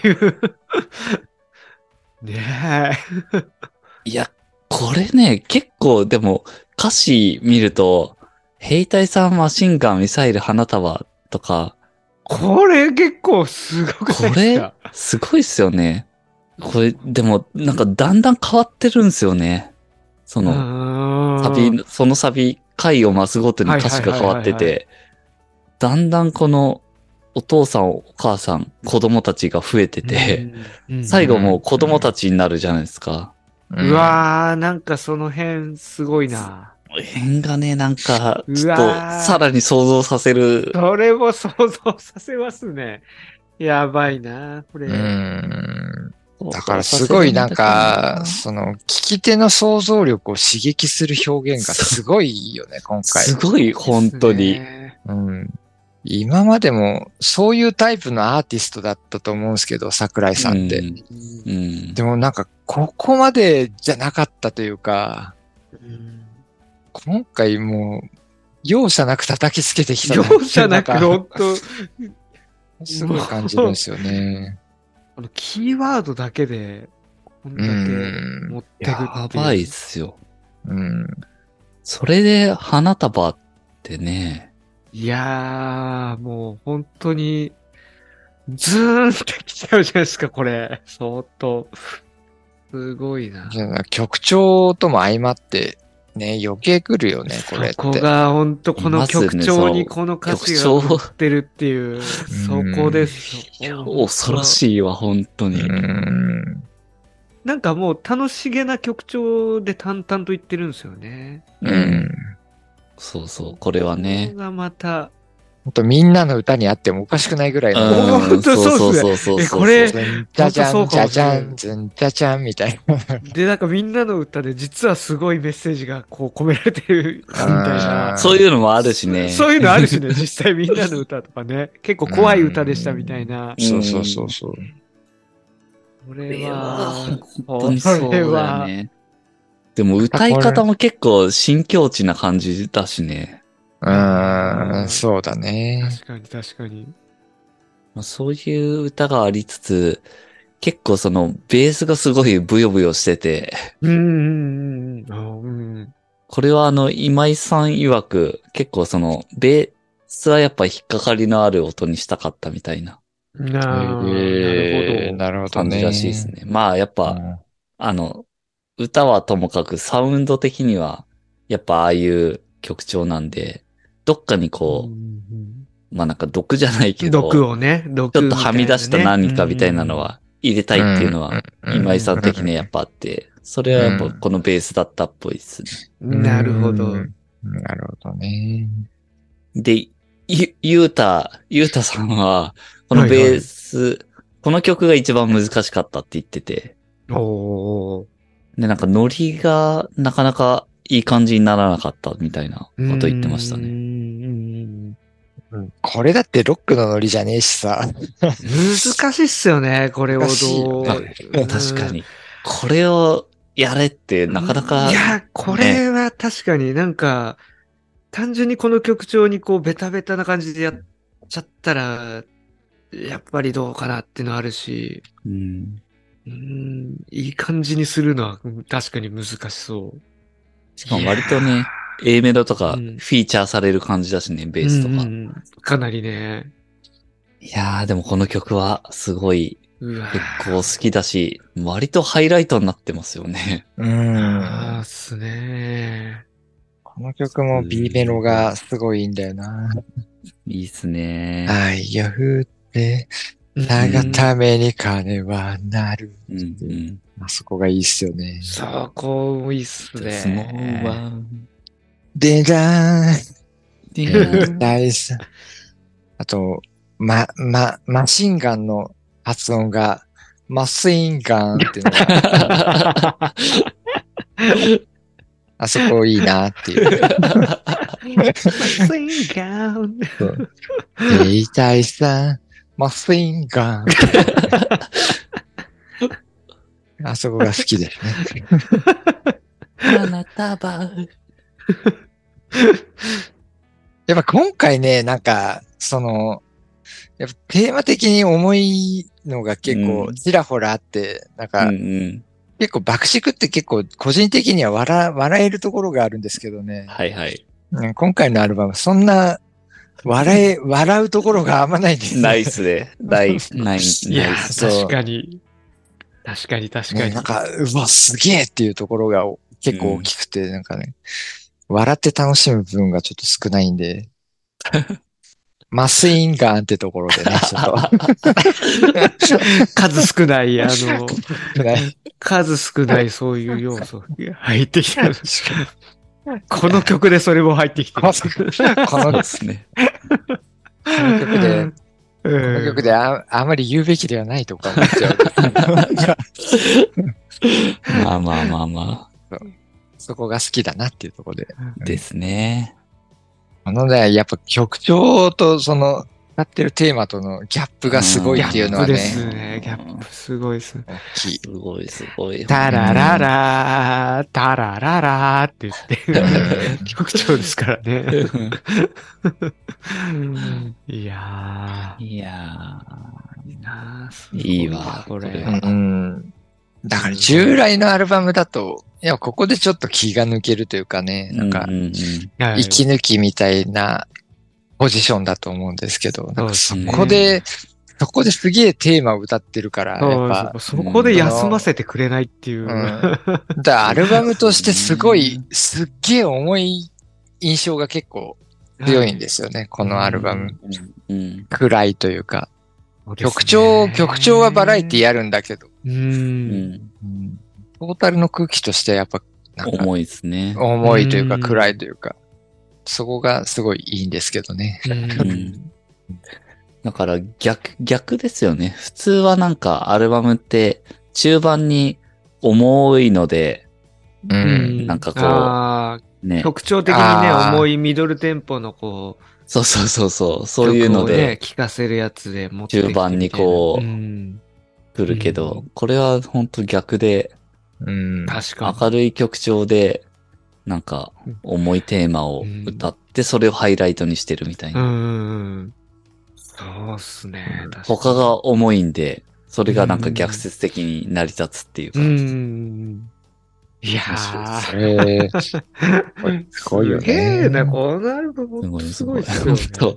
Speaker 3: ね
Speaker 1: いや、これね、結構でも歌詞見ると、兵隊さんマシンガンミサイル花束とか、
Speaker 3: え。これ結構すごく
Speaker 1: こ
Speaker 3: ないです
Speaker 1: れ
Speaker 3: か、
Speaker 1: すごいっすよね。これ、でも、なんかだんだん変わってるんですよね。その、
Speaker 3: の
Speaker 1: サビ、そのサビ、回を増すごとに歌詞が変わって
Speaker 3: はいはいはいはい
Speaker 1: て、だんだんこの、お父さん、お母さん、子供たちが増えてて、、
Speaker 3: うん
Speaker 1: 最後もう子供たちになるじゃないですか。
Speaker 3: うわー、なんかその辺すごいな。
Speaker 1: 辺がね、なんか、ちょっ
Speaker 3: う
Speaker 1: と、
Speaker 3: わー
Speaker 1: さらに想像させる。
Speaker 3: それも想像させますね。やばいな、これ。
Speaker 2: うん。うん。だからすごいなんか、その、聞き手の想像力を刺激する表現がすごいよね、今回
Speaker 1: す。ごい、本当に。
Speaker 3: ね
Speaker 2: うん。今までも、そういうタイプのアーティストだったと思うんですけど、桜井さんって。
Speaker 1: うん。うん
Speaker 2: でもなんか、ここまでじゃなかったというか、
Speaker 3: うん
Speaker 2: 今回もう、容赦なく叩きつけてきたなっていう
Speaker 3: 容赦なく、
Speaker 2: んか
Speaker 3: ほんと、
Speaker 2: すごい感じるんですよね。
Speaker 3: あのキーワードだけで、こん
Speaker 2: う
Speaker 3: だけ
Speaker 2: ん。
Speaker 3: 持ってくっていう
Speaker 1: やばいっすよ。
Speaker 2: うん。
Speaker 1: それで、花束ってね、
Speaker 3: いやー、もう本当に、ズーンってきちゃうじゃないですか、これ。相当。すごいな。
Speaker 2: いや曲調とも相まって、ね、余計来るよね、これって。
Speaker 3: そこが本当この曲
Speaker 1: います
Speaker 3: 調
Speaker 1: ねそ
Speaker 3: に
Speaker 1: の
Speaker 3: この歌詞
Speaker 1: 曲調
Speaker 3: が載ってるっていう、そこです。
Speaker 1: 恐ろしいわ、本当
Speaker 2: う
Speaker 1: に。
Speaker 2: ん。
Speaker 3: なんかもう楽しげな曲調で淡々と言ってるんですよね。
Speaker 2: うん。
Speaker 1: そうそう、これはね
Speaker 3: ここ。がまた、
Speaker 2: ほんとみんなの歌にあってもおかしくないぐらいの。
Speaker 3: ん本当そう
Speaker 1: そうそう
Speaker 3: っす
Speaker 1: そうそう
Speaker 3: えこれ
Speaker 2: ズンチャチャン、チャチャン、ズンチャチャンみたいな。
Speaker 3: で、なんかみんなの歌で実はすごいメッセージがこう込められてるみたいな。
Speaker 1: そういうのもあるしね。
Speaker 3: そういうのあ るしね、実際みんなの歌とかね。結構怖い歌でしたみたいな。
Speaker 2: そうそうそうそう。
Speaker 3: こ
Speaker 1: これ
Speaker 3: れ
Speaker 1: は
Speaker 3: は、
Speaker 1: 本当にそう
Speaker 3: これ
Speaker 1: だよ
Speaker 3: は
Speaker 1: ね。でも歌い方も結構新境地な感じだしね。
Speaker 2: うん、そうだね。
Speaker 3: 確かに確かに。
Speaker 1: まあそういう歌がありつつ、結構そのベースがすごいブヨブヨしてて、
Speaker 3: うんうんうんうんあうん。
Speaker 1: これはあの今井さん曰く結構そのベースはやっぱ引っかかりのある音にしたかったみたいな
Speaker 3: なあ
Speaker 2: えーな
Speaker 3: なる
Speaker 2: るほど
Speaker 1: 感
Speaker 2: ね。
Speaker 1: じらしいですね。まあやっぱ、
Speaker 2: うん
Speaker 1: あの、歌はともかくサウンド的には、やっぱああいう曲調なんで、どっかに
Speaker 3: ほど。
Speaker 1: こう、まあなんか毒じゃないけど、
Speaker 3: 毒をね、毒
Speaker 1: ちょっ
Speaker 3: み
Speaker 1: と
Speaker 3: たいな
Speaker 1: は
Speaker 3: ね
Speaker 1: み出した何かみたいなの。は入れたいっていうのは、
Speaker 2: うん
Speaker 1: 今井さん的にはやっぱあって、それはやっぱこのベースだったっぽいですね。
Speaker 3: うんなるほど
Speaker 2: う。んなるほどね。
Speaker 1: で、ゆ、ゆうた、ゆうたさんは、このベース、この曲が一番難しかったって言ってて、
Speaker 3: おー
Speaker 1: で、なんかノリがなかなかいい感じにならなかったみたいなこと言ってましたね。
Speaker 3: ね。
Speaker 2: これだってロックのノリじゃねえしさ。
Speaker 3: 難しいっすよね、これをど
Speaker 2: 難しいよ
Speaker 3: う。
Speaker 2: ね
Speaker 3: う ん
Speaker 1: 確か。に。これをやれってなかなか
Speaker 3: い、や、これは確かになんか、単純にこの曲調にこうベタベタな感じでやっちゃったら、やっぱりどうかなってのあるし、
Speaker 1: うん
Speaker 3: うん、いい感じにするのはうん確かに難しそう。
Speaker 1: しかも割とね、A メロとか
Speaker 3: う
Speaker 1: フ
Speaker 3: ん
Speaker 1: ィーチャーされる感じだしね、ベースと
Speaker 3: うん
Speaker 1: か。
Speaker 3: うんうんかなりね。
Speaker 1: いやー、でもこの曲はすごい
Speaker 3: うわ
Speaker 1: 結構好きだし、割とハイライトになってますよ ね。
Speaker 2: うん
Speaker 3: あーっすね。
Speaker 2: この曲も B メロがすごいいいんだよな。
Speaker 1: いいっすね。
Speaker 2: 愛を振って、たがために金はなる。
Speaker 1: うんうん。
Speaker 2: あそこがいいっすよね。
Speaker 3: そう、こう、いいっす
Speaker 1: スモー
Speaker 3: ね。
Speaker 1: は、
Speaker 2: でだ
Speaker 1: ディナ
Speaker 2: ー
Speaker 1: ー
Speaker 2: ン、大好きあと、ま、ま、マシンガンの発音が、マスインガンっていうのが、 あそこいいなっていう。
Speaker 3: スインガーン
Speaker 2: 兵隊さん、マスイン ガン。あそこが好きですね。
Speaker 1: 花束。
Speaker 2: やっぱ今回ね、なんか、その、やっぱテーマ的に重いのが結
Speaker 1: う
Speaker 2: 構
Speaker 1: ん
Speaker 2: ちらほらあって、な
Speaker 1: う
Speaker 2: ん
Speaker 1: ん
Speaker 2: か、
Speaker 1: うん。
Speaker 2: 結構爆竹って結構個人的には笑笑えるところがあるんですけどね、
Speaker 1: はいはい。
Speaker 2: うん今回のアルバムそんな笑え、笑うところがあんまないですね。
Speaker 1: ナイス で。ない、ない、
Speaker 3: いや
Speaker 1: ナイス。
Speaker 2: そう
Speaker 3: ー、確かに。確かに、確か
Speaker 2: ね
Speaker 3: に
Speaker 2: なん。か、うわ、すげえっていうところがお結構大きくて、なんかね、笑って楽しむ部分がちょっと少ないんで、 マスインガンってところでね、ちょっ
Speaker 3: 数少 ない、あの、
Speaker 2: とね。
Speaker 3: 数少ないそういう要素が入ってきた。この曲でそれも入ってきた。
Speaker 2: まさこ
Speaker 1: そう
Speaker 2: の
Speaker 1: ですね。
Speaker 2: この曲で、こ
Speaker 3: うん
Speaker 2: の曲でああまり言うべきではないとか思っちゃう。
Speaker 1: まあまあまあま
Speaker 2: そこが好きだなっていうところで。
Speaker 1: あ。ですね。
Speaker 2: あのね、やっぱ曲調とその、歌ってるテーマとのギャップがすごいっていうのは
Speaker 3: ギャップ
Speaker 2: ね、
Speaker 3: ですね。ギャップすごいですね。
Speaker 2: 大きい。
Speaker 1: すごいすごい。
Speaker 3: タラララー、タラララーって言 って、曲調ですから ね。いや
Speaker 1: いや
Speaker 3: ー、いいなーすご
Speaker 1: ー、
Speaker 3: ない
Speaker 1: いわ。
Speaker 3: これ。
Speaker 2: うん。だから従来のアルバムだと、いや、ここでちょっと気が抜けるというかね、なんか
Speaker 1: う、んうん
Speaker 3: はい
Speaker 2: 息抜きみたいなポジションだと思うんですけど、なんか
Speaker 3: そ
Speaker 2: そう
Speaker 3: ですね
Speaker 2: こで、そこですげえテーマを歌ってるから、やっぱ、
Speaker 3: そうそうそこで休ませてくれないっていう。
Speaker 2: うん、だからアルバムとしてすごい、すっげえ重い印象が結構強いんですよね、このアルバム。
Speaker 1: うんうん。
Speaker 2: 暗いというか。
Speaker 3: そうですね
Speaker 2: 曲調、曲調はバラエティやるんだけど、
Speaker 3: う。
Speaker 1: うんん
Speaker 2: トータルの空気としてやっぱ、なんか、
Speaker 1: 重いですね。
Speaker 2: 重いという
Speaker 3: う
Speaker 2: か
Speaker 3: ん
Speaker 2: 暗いというか、そこがすごいいいんですけどね。
Speaker 1: うんだから逆、逆ですよね。普通はなんかアルバムって中盤に重いので、
Speaker 2: う。
Speaker 3: うん
Speaker 1: なんかこう
Speaker 3: あー
Speaker 1: ね。
Speaker 3: 曲調的にね、
Speaker 2: あー
Speaker 3: 重いミドルテンポのこう、
Speaker 1: そうそうそうそう。そういうの
Speaker 3: 曲を
Speaker 1: で
Speaker 3: ね、聴かせるやつで持ってきてみたい
Speaker 1: 中
Speaker 3: な
Speaker 1: 盤にこう
Speaker 3: うん
Speaker 1: 来るけど、
Speaker 3: う
Speaker 1: これはほんと逆で、
Speaker 2: うん。
Speaker 3: 確か
Speaker 1: 明るい曲調で、なんか重いテーマを歌って、それをハイライトにしてるみたい
Speaker 3: に。う
Speaker 1: な。
Speaker 3: ん。そうっすね。確かに
Speaker 1: 他が重いんで、それがなんか逆説的に成り立つっていう
Speaker 3: う
Speaker 1: 感じ。
Speaker 3: ん。いやー。
Speaker 2: それ、すごいよね。
Speaker 3: すげえな、このアルバム、ほんとす
Speaker 1: す
Speaker 3: ご
Speaker 1: ご
Speaker 3: い
Speaker 1: い
Speaker 3: っ
Speaker 1: す
Speaker 3: す
Speaker 1: ご
Speaker 3: よ
Speaker 1: い
Speaker 3: ね。
Speaker 1: 本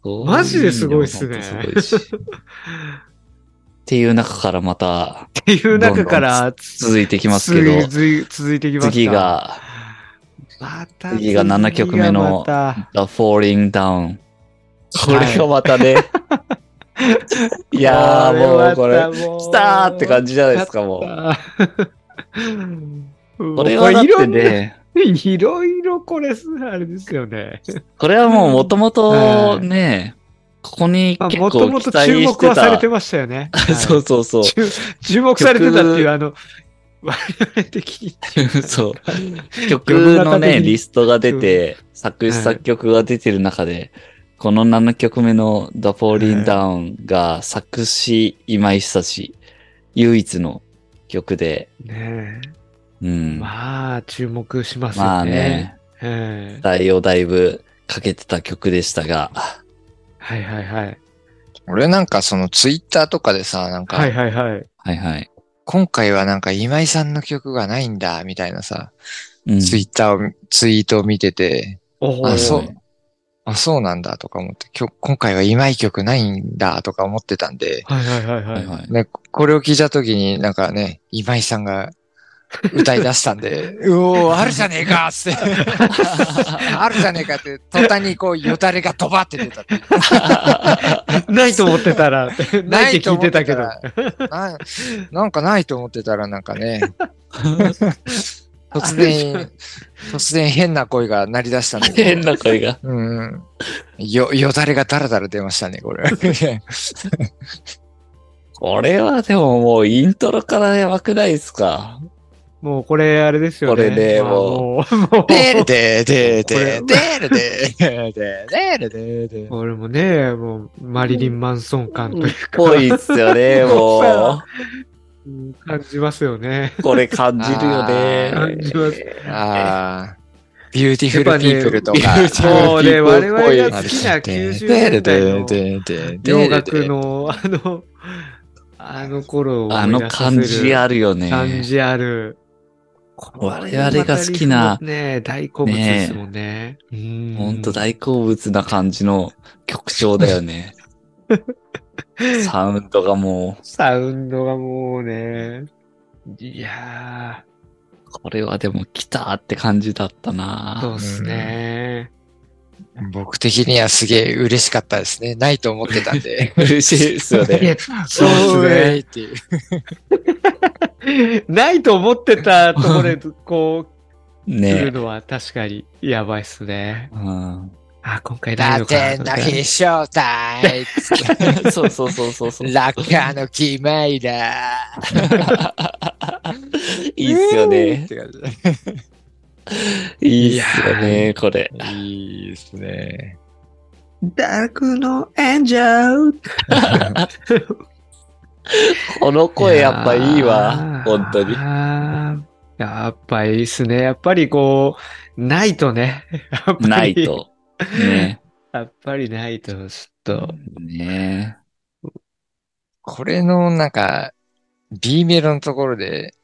Speaker 1: 当
Speaker 3: マジですごいっすね
Speaker 1: ほんとすごいしっていう中からまた
Speaker 3: っていう中から、
Speaker 1: 続いてきますけど、
Speaker 3: 続い続いてきますか
Speaker 1: 次、が、
Speaker 3: また
Speaker 1: 次が7曲目の
Speaker 3: 次がま
Speaker 1: The Falling Down。これがまたね、 い、
Speaker 3: た
Speaker 1: やーもうこれ、
Speaker 3: 来
Speaker 1: 来たーって感じじゃないですか、もう。
Speaker 3: う。
Speaker 1: これはだっ
Speaker 3: いろ
Speaker 1: て
Speaker 3: んな、
Speaker 1: ね、
Speaker 3: いろいろこれ、あれですよね。
Speaker 1: これはもうもともとね、ここに
Speaker 3: まあ、
Speaker 1: 結
Speaker 3: もとも
Speaker 1: 構
Speaker 3: と
Speaker 1: 期待
Speaker 3: 注
Speaker 1: し
Speaker 3: 目
Speaker 1: て
Speaker 3: はされ
Speaker 1: た
Speaker 3: て。ましたよね。はい
Speaker 1: そうそうそう。
Speaker 3: 注注目されてたっていう、あの、我々的に。
Speaker 1: そう。曲
Speaker 3: 世の中的に
Speaker 1: のね、リストが出て、作詞
Speaker 3: はい
Speaker 1: 作曲が出てる中で、この7曲目の The Falling Down が作詞今井久志、唯一の曲で、
Speaker 3: ね
Speaker 1: うん。ま
Speaker 3: まあ、注目しますよね。
Speaker 1: あね、
Speaker 3: え
Speaker 1: 期
Speaker 3: え
Speaker 1: 待をだいぶかけてた曲でしたが、
Speaker 3: はいはいはい。
Speaker 2: 俺なんかそのツイッターとかでさ、なん
Speaker 3: はい
Speaker 2: か、
Speaker 3: はいはい。
Speaker 1: はいはい。
Speaker 2: 今回はなんか今井さんの曲がないんだ、みたいなさ、
Speaker 1: うん
Speaker 2: ツイッターを、ツイートを見てて、
Speaker 3: お
Speaker 2: あ、そ
Speaker 1: そう
Speaker 2: う。あ、そうなんだとか思って、今日、今回は今井曲ないんだとか思ってたんで、
Speaker 3: はいはいはいは
Speaker 1: はい
Speaker 3: い。
Speaker 1: はい。
Speaker 2: ね、これを聞いたときになんかね、今井さんが歌い出したんで、 うおー、あるじゃねえかっつって、 あるじゃねえかって、途端にこう、よだれがドバって出たっていう。
Speaker 3: ないと思って たら、ないって聞いてたけど。
Speaker 2: ないと思ってたら。ななんかないと思ってたら、なんかね、突然、突然変な声が鳴り出したんだけ
Speaker 1: 変
Speaker 2: ど。
Speaker 1: な声が。
Speaker 2: うん。よ、よだれがダラダラ出ましたね、これ。
Speaker 1: これはでももうイントロからやばくないですか
Speaker 3: もうこれ、あれですよね。
Speaker 1: これね
Speaker 3: まあ
Speaker 1: も
Speaker 3: う。も
Speaker 2: でるでで
Speaker 3: これ
Speaker 2: ででるでででるでで
Speaker 3: う、俺もね、もう、マリリン・マンソン感というか、
Speaker 1: ぽいっすよね、も
Speaker 3: 感じますよね。
Speaker 1: う。これ感じるよね。
Speaker 2: あー
Speaker 3: 感じます。
Speaker 2: ああ、ビューティフルピープルとか。
Speaker 1: やっぱねビューティフルピープル
Speaker 3: もうね、我々
Speaker 1: ル
Speaker 3: が好きな90年代の
Speaker 2: ででで
Speaker 3: 洋楽の、あの、あの頃を
Speaker 1: あ
Speaker 3: 思い
Speaker 1: の
Speaker 3: 出させる
Speaker 1: 感じあるよ
Speaker 3: 感
Speaker 1: ね。
Speaker 3: じある。
Speaker 1: 我々が好きな
Speaker 3: これまたリフもね、大好物ですもんね。うん
Speaker 1: ほんと大好物な感じの曲調だよね。サウンドがも
Speaker 3: サウンドがもうね、いや
Speaker 1: う、これはでも来たって感じだった
Speaker 3: ー、そう
Speaker 1: な。
Speaker 3: っすね。
Speaker 2: 僕的にはすげえ嬉しかったですね。ないと思ってたんで
Speaker 1: 嬉しいですよ
Speaker 3: いや
Speaker 1: ね。
Speaker 3: そうう
Speaker 2: ね
Speaker 3: ね。
Speaker 2: っていう。
Speaker 3: ないと思ってたところで、こう、来る
Speaker 1: ね
Speaker 3: のは確かにやばいっすね。
Speaker 1: うん。
Speaker 3: あ、今回ない
Speaker 2: ラ
Speaker 3: のかな
Speaker 2: テンの必勝体。
Speaker 1: そうそうそうそうそう。
Speaker 2: ラッカーの決まりだ。
Speaker 1: い いっすよね。いいっすよ
Speaker 3: い
Speaker 1: ね、これ。
Speaker 2: いいですね。
Speaker 3: ダークのエンジェル
Speaker 1: この声やっぱいいわ。本当に。
Speaker 3: に。やっぱいいっすね。やっぱりこう、ないとね。やっぱ り
Speaker 1: ない。と。ね。
Speaker 3: やっぱりないと、ちょっと。
Speaker 1: ね
Speaker 2: これのなんか、B メロのところで、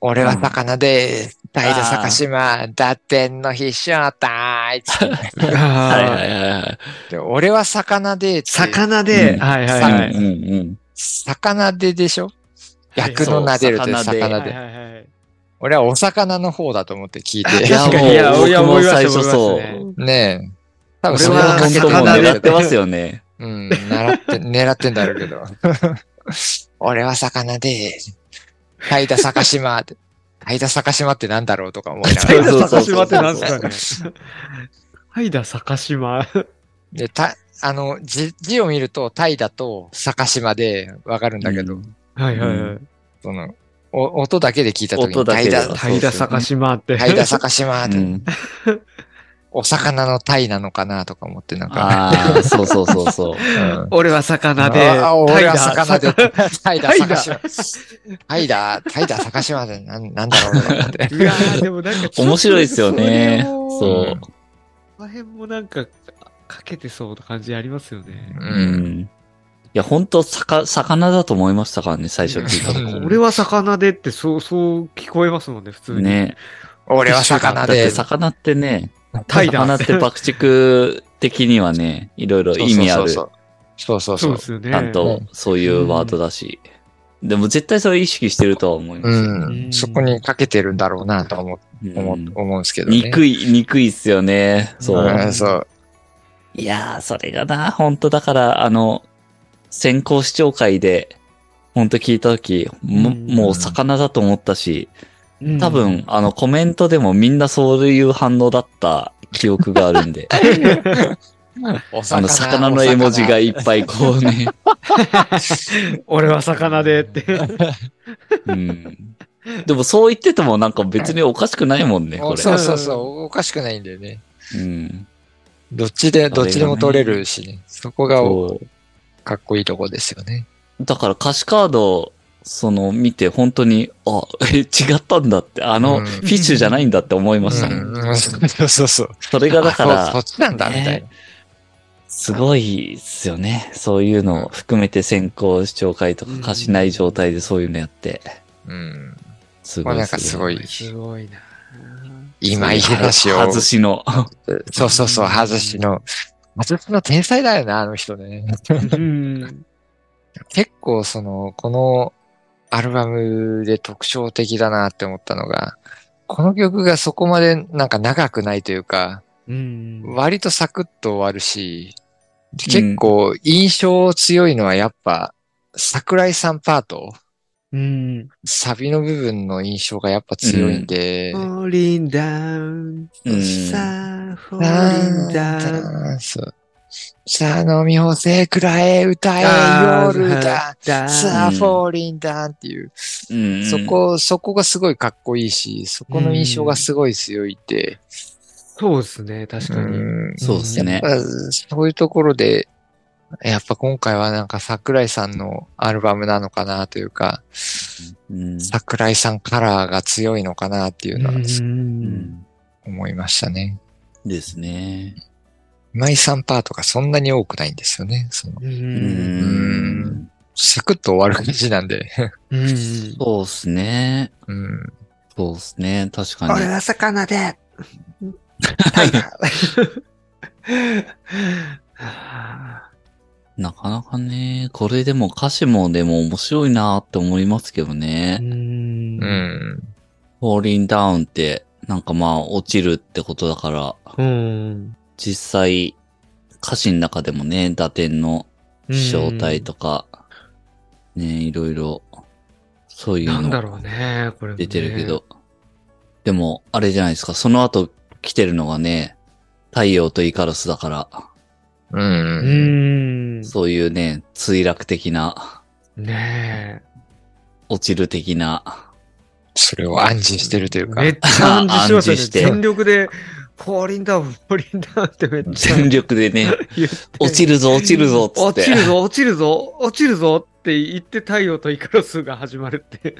Speaker 2: 俺は魚で、大田坂島、打点の必勝体。つ
Speaker 1: は
Speaker 2: っ
Speaker 1: い
Speaker 3: あ
Speaker 1: は
Speaker 3: ー
Speaker 1: いはいはい。
Speaker 2: て俺は魚でって、
Speaker 3: 魚で、
Speaker 1: うん
Speaker 3: はいはい
Speaker 2: 魚
Speaker 3: はい。
Speaker 1: うんうんうん。
Speaker 2: 魚ででしょ
Speaker 3: はい
Speaker 2: 逆の撫でるという
Speaker 1: そう
Speaker 2: 魚
Speaker 3: はい
Speaker 2: で。
Speaker 3: はいはい。
Speaker 2: 俺はお魚の方だと思って聞い
Speaker 1: い
Speaker 2: て。
Speaker 1: や、
Speaker 3: 確かにいや
Speaker 1: もう、
Speaker 3: いや
Speaker 1: 僕も
Speaker 3: 思いました
Speaker 1: 最初そ
Speaker 3: 思
Speaker 1: う
Speaker 3: いましたね。
Speaker 2: ねえ。多分
Speaker 1: 俺
Speaker 2: それを
Speaker 1: は
Speaker 2: か
Speaker 1: 本
Speaker 2: け
Speaker 1: 当もう
Speaker 2: て
Speaker 1: 狙ってますよね。
Speaker 2: うん、狙って、 狙ってんだろうけど。 俺は魚で、海田坂島って、海田坂島ってなんだろうとか思いなが
Speaker 1: そう
Speaker 2: ら。
Speaker 1: そうそう
Speaker 3: 魚島ってなんすかね。はいだ、坂島。
Speaker 2: で、た、あの、字、字を見ると、タイだと、坂島でわかるんだけど、
Speaker 1: うん
Speaker 3: はいはいは
Speaker 1: う
Speaker 3: い。
Speaker 2: その、お音だけで聞いたとき
Speaker 1: 音
Speaker 2: に、
Speaker 1: だ
Speaker 2: タ
Speaker 1: け
Speaker 2: イ
Speaker 1: で
Speaker 2: だ、
Speaker 1: は
Speaker 3: タイだ、坂島って。
Speaker 2: タイだ、坂島って、
Speaker 1: うん
Speaker 2: お魚のタイなのかなとか思って、なんか、
Speaker 1: ああ、そうそうそうそう。
Speaker 2: うん
Speaker 3: 俺は魚で。
Speaker 2: ああ、俺は
Speaker 3: タ
Speaker 2: 魚
Speaker 3: イだ
Speaker 2: で。。タイだ、
Speaker 3: タイ
Speaker 2: 坂
Speaker 3: だ
Speaker 2: 島。タイだ、タイだ、坂島で、なんなんだろうと思って。
Speaker 3: いやーでもなんかちょっと
Speaker 1: 面白いですよね。
Speaker 3: それも
Speaker 1: そ
Speaker 2: も
Speaker 3: この辺もなんか、かけてそうな感じありますよね。
Speaker 1: う。うん。いや、本当魚、魚だと思いましたからね、最初聞いた
Speaker 2: うん
Speaker 3: 俺は魚でって、そう、そう聞こえますもんね、普通
Speaker 1: 時。
Speaker 3: に。
Speaker 1: ね。
Speaker 2: 俺は
Speaker 1: だ
Speaker 2: 魚
Speaker 1: って
Speaker 2: で。
Speaker 1: 魚ってね、
Speaker 3: タイだ
Speaker 1: 魚って爆竹的にはね、いろいろ意味ある。ち
Speaker 2: そうそう
Speaker 3: そ
Speaker 2: そうう。
Speaker 3: ですよね。
Speaker 1: ゃんとそういうワードだし。でも絶対それ意識してるとは思いますよ。
Speaker 2: うん。そこにかけてるんだろうなと思う、思
Speaker 1: う、
Speaker 2: うん思うんですけどね。
Speaker 1: 憎い、憎いっすよね。そうう。
Speaker 2: うん、そう。
Speaker 1: いやー、それがな、本当だから、あの、先行視聴会で、本当聞いたとき、も
Speaker 3: うん
Speaker 1: もう魚だと思ったし、
Speaker 3: うん
Speaker 1: 多。分、あの、コメントでもみんなそういう反応だった記憶があるんで、
Speaker 2: お
Speaker 1: あの、魚の絵文字がいっぱいこうね、
Speaker 3: 俺は魚でって。
Speaker 1: うん。でもそう言っててもなんか別におかしくないもんね、これ。
Speaker 2: そうそうそう。おかしくないんだよね。
Speaker 1: うん。
Speaker 2: どっちで、どっちでも取れるしね。そこが
Speaker 1: そう
Speaker 2: かっこいいとこですよね。
Speaker 1: だから歌詞カード、その、見て本当に、あ、え違ったんだって、あの、
Speaker 2: うん
Speaker 1: フィッシュじゃないんだって思いま
Speaker 2: う
Speaker 1: したもん。
Speaker 2: ん、うんそうそうそう。
Speaker 1: それがだか
Speaker 2: あそそ
Speaker 1: ら
Speaker 2: っ、ちなんだ、みたい
Speaker 1: ねすごいっすよね。そういうのを含めて先行視聴会とか貸しない状態でそういうのやって。
Speaker 2: な。うん。
Speaker 1: す
Speaker 2: ま
Speaker 1: ご
Speaker 2: あ
Speaker 1: い
Speaker 2: な
Speaker 1: っ
Speaker 2: んか
Speaker 1: す
Speaker 2: す
Speaker 1: よ。
Speaker 2: ごい、
Speaker 3: すごいな。
Speaker 2: 今いい話を
Speaker 1: 外。しの。
Speaker 2: そうそうそう、外しの。外しの天才だよな、あの人ね。
Speaker 3: うん。
Speaker 2: 結構その、このアルバムで特徴的だなって思ったのが、この曲がそこまでなんか長くないというか、
Speaker 3: うん。
Speaker 2: 割とサクッと終わるし、結構印象強いのはやっぱ、桜井さんパート、
Speaker 3: うん。
Speaker 2: サビの部分の印象がやっぱ強いんで、
Speaker 3: falling down,
Speaker 1: うん
Speaker 2: さ
Speaker 3: star falling down,
Speaker 2: あ、そう。さあ、飲み干せ、くらえ、歌え、夜だ、さあ、
Speaker 1: うん
Speaker 2: フォーリンダーンっていう。
Speaker 1: うん
Speaker 2: そ、こ、そこがすごいかっこいいし、そこの印象がすごい強いって。
Speaker 3: そうですね、確かに。
Speaker 2: うん
Speaker 1: そうっすね
Speaker 2: やっぱそういうところで、やっぱ今回はなんか桜井さんのアルバムなのかなというか、
Speaker 1: うん
Speaker 2: 桜井さんカラーが強いのかなっていうのは
Speaker 1: うん
Speaker 2: 思いましたね。
Speaker 1: ですね。
Speaker 2: 今井さんパートがそんなに多くないんですよね。その
Speaker 3: う。
Speaker 1: うんん。
Speaker 2: サクッと終わる感じなんで。
Speaker 3: うん。
Speaker 1: そうっすね。
Speaker 2: うん。
Speaker 1: そうっすね。確か
Speaker 3: 俺
Speaker 1: に。
Speaker 3: は魚で
Speaker 2: タイガー
Speaker 1: なかなかね、これでも歌詞もでも面白いなって思いますけどね。
Speaker 3: うん
Speaker 2: う。ん。
Speaker 1: falling down って、なんかまあ落ちるってことだから、
Speaker 3: うん。
Speaker 1: 実際、歌詞の中でもね、打点の正体とか、ね、いろいろ、そういう
Speaker 3: なんだろ
Speaker 1: の
Speaker 3: うね、これ、
Speaker 1: 出てるけ。ど、でも、あれじゃないですか、その後来てるのがね、太陽とイカロスだから、
Speaker 2: う。
Speaker 3: うんん。
Speaker 1: そういうね、墜落的な、
Speaker 3: ね
Speaker 1: 落ちる的な、
Speaker 2: それを暗示してるとい
Speaker 3: え。
Speaker 2: うか。
Speaker 3: めっちゃ暗示しまし
Speaker 1: 暗示
Speaker 3: たね。
Speaker 1: して
Speaker 3: 全力で、フォーリンダウン、フォーリンダウンってめっちゃ
Speaker 1: 全力で ね、
Speaker 3: 言って。
Speaker 1: 落ちるぞ、落ちるぞ、つって。
Speaker 3: 落ちるぞ、落ちるぞ、落ちるぞって言って太陽とイカロスが始まるって。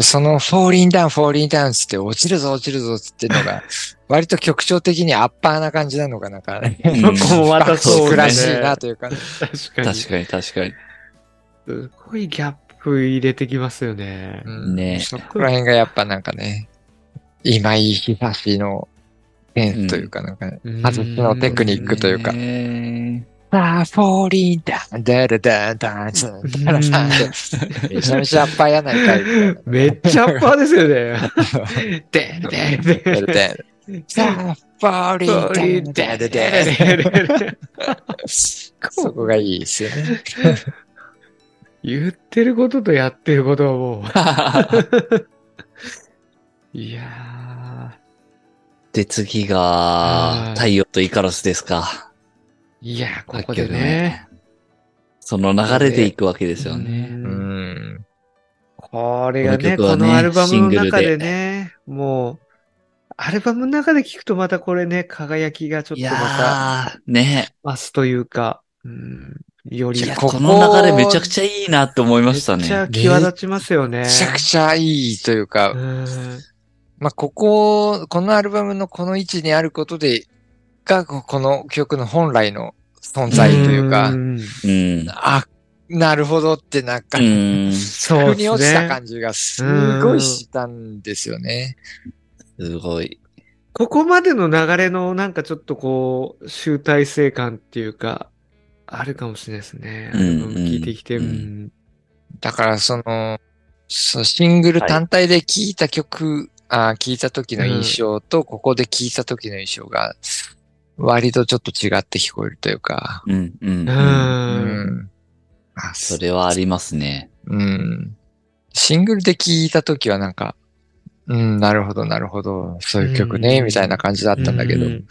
Speaker 2: その、フォーリンダウン、フォーリンダウンつって、落ちるぞ、落ちるぞつってのが、割と曲調的にアッパーな感じなのが、なんか、
Speaker 1: うん
Speaker 3: そこもまたそう
Speaker 2: ク
Speaker 1: ね
Speaker 2: らしいなというか、ね、
Speaker 3: 確かに。
Speaker 1: 確かに確かに。
Speaker 3: すごいギャップ入れてきますよね
Speaker 2: う。ん
Speaker 1: ね
Speaker 2: そこら辺がやっぱなんかね、今井久志のセンスというか、なんか、ね、
Speaker 3: うん
Speaker 2: 外しのテクニックというか、
Speaker 1: ね
Speaker 2: さあ、フォーリンダウン、ダラダンダン、ツンダラダンってめちゃめちゃアッパーやないかいみたいな。
Speaker 3: めっちゃアッパーですよね。でんでん
Speaker 2: ダ
Speaker 3: で
Speaker 2: ラ
Speaker 3: ん。
Speaker 2: ダンさあ、フォーリンダウン、ダラダン。そこがいいですよね。
Speaker 3: 言ってることとやってることはもう。いや
Speaker 1: で、次
Speaker 3: あー
Speaker 1: が、太陽とイカロスですか。
Speaker 3: いや、ここでね。
Speaker 1: その流れでいくわけですよね。
Speaker 3: う
Speaker 2: うんん。
Speaker 3: これがね、
Speaker 1: この曲は
Speaker 3: こ
Speaker 1: ね
Speaker 3: のアルバムの中
Speaker 1: シ
Speaker 3: で
Speaker 1: ング
Speaker 3: ね、もう、アルバムの中で聴くとまたこれね、輝きがちょっ
Speaker 1: い
Speaker 3: とま
Speaker 1: やー、ね。
Speaker 3: た増すというか、うん、より
Speaker 1: いや、
Speaker 2: ここ
Speaker 1: この流れめちゃくちゃいいなって思いました
Speaker 3: めっちゃ
Speaker 1: ね。
Speaker 3: 際立ちますよね。
Speaker 2: めちゃくちゃいいというか、
Speaker 3: うん
Speaker 2: まあ、ここ、このアルバムのこの位置にあることで、が、ここの曲の本来の存在というか、
Speaker 3: ん
Speaker 1: うん。
Speaker 2: あ、なるほどってなんか、
Speaker 1: うん。す
Speaker 3: そう
Speaker 2: 腑に
Speaker 3: です
Speaker 2: 落ちた
Speaker 3: ね。
Speaker 2: 感じがすごいしたんですよね。
Speaker 1: ごい。
Speaker 3: ここまでの流れのなんかちょっとこう、集大成感っていうか、あるかもしれないですね。ア
Speaker 1: うん
Speaker 3: ルバム聴いてきて。
Speaker 1: うん
Speaker 3: うん
Speaker 2: だからその、そうシングル単体で聴いた曲、あ聴いた時の印象と、ここで聴いた時の印象が、割とちょっと違って聞こえるというか、
Speaker 1: うん、うん。
Speaker 3: う。
Speaker 1: うん
Speaker 2: うんん。あ
Speaker 1: それはありますね。
Speaker 2: うん。シングルで聴いた時はなんか、うん、なるほど、なるほど、そういう曲ね、
Speaker 3: うん
Speaker 2: みたいな感じだったんだけど、
Speaker 3: うん
Speaker 1: うん。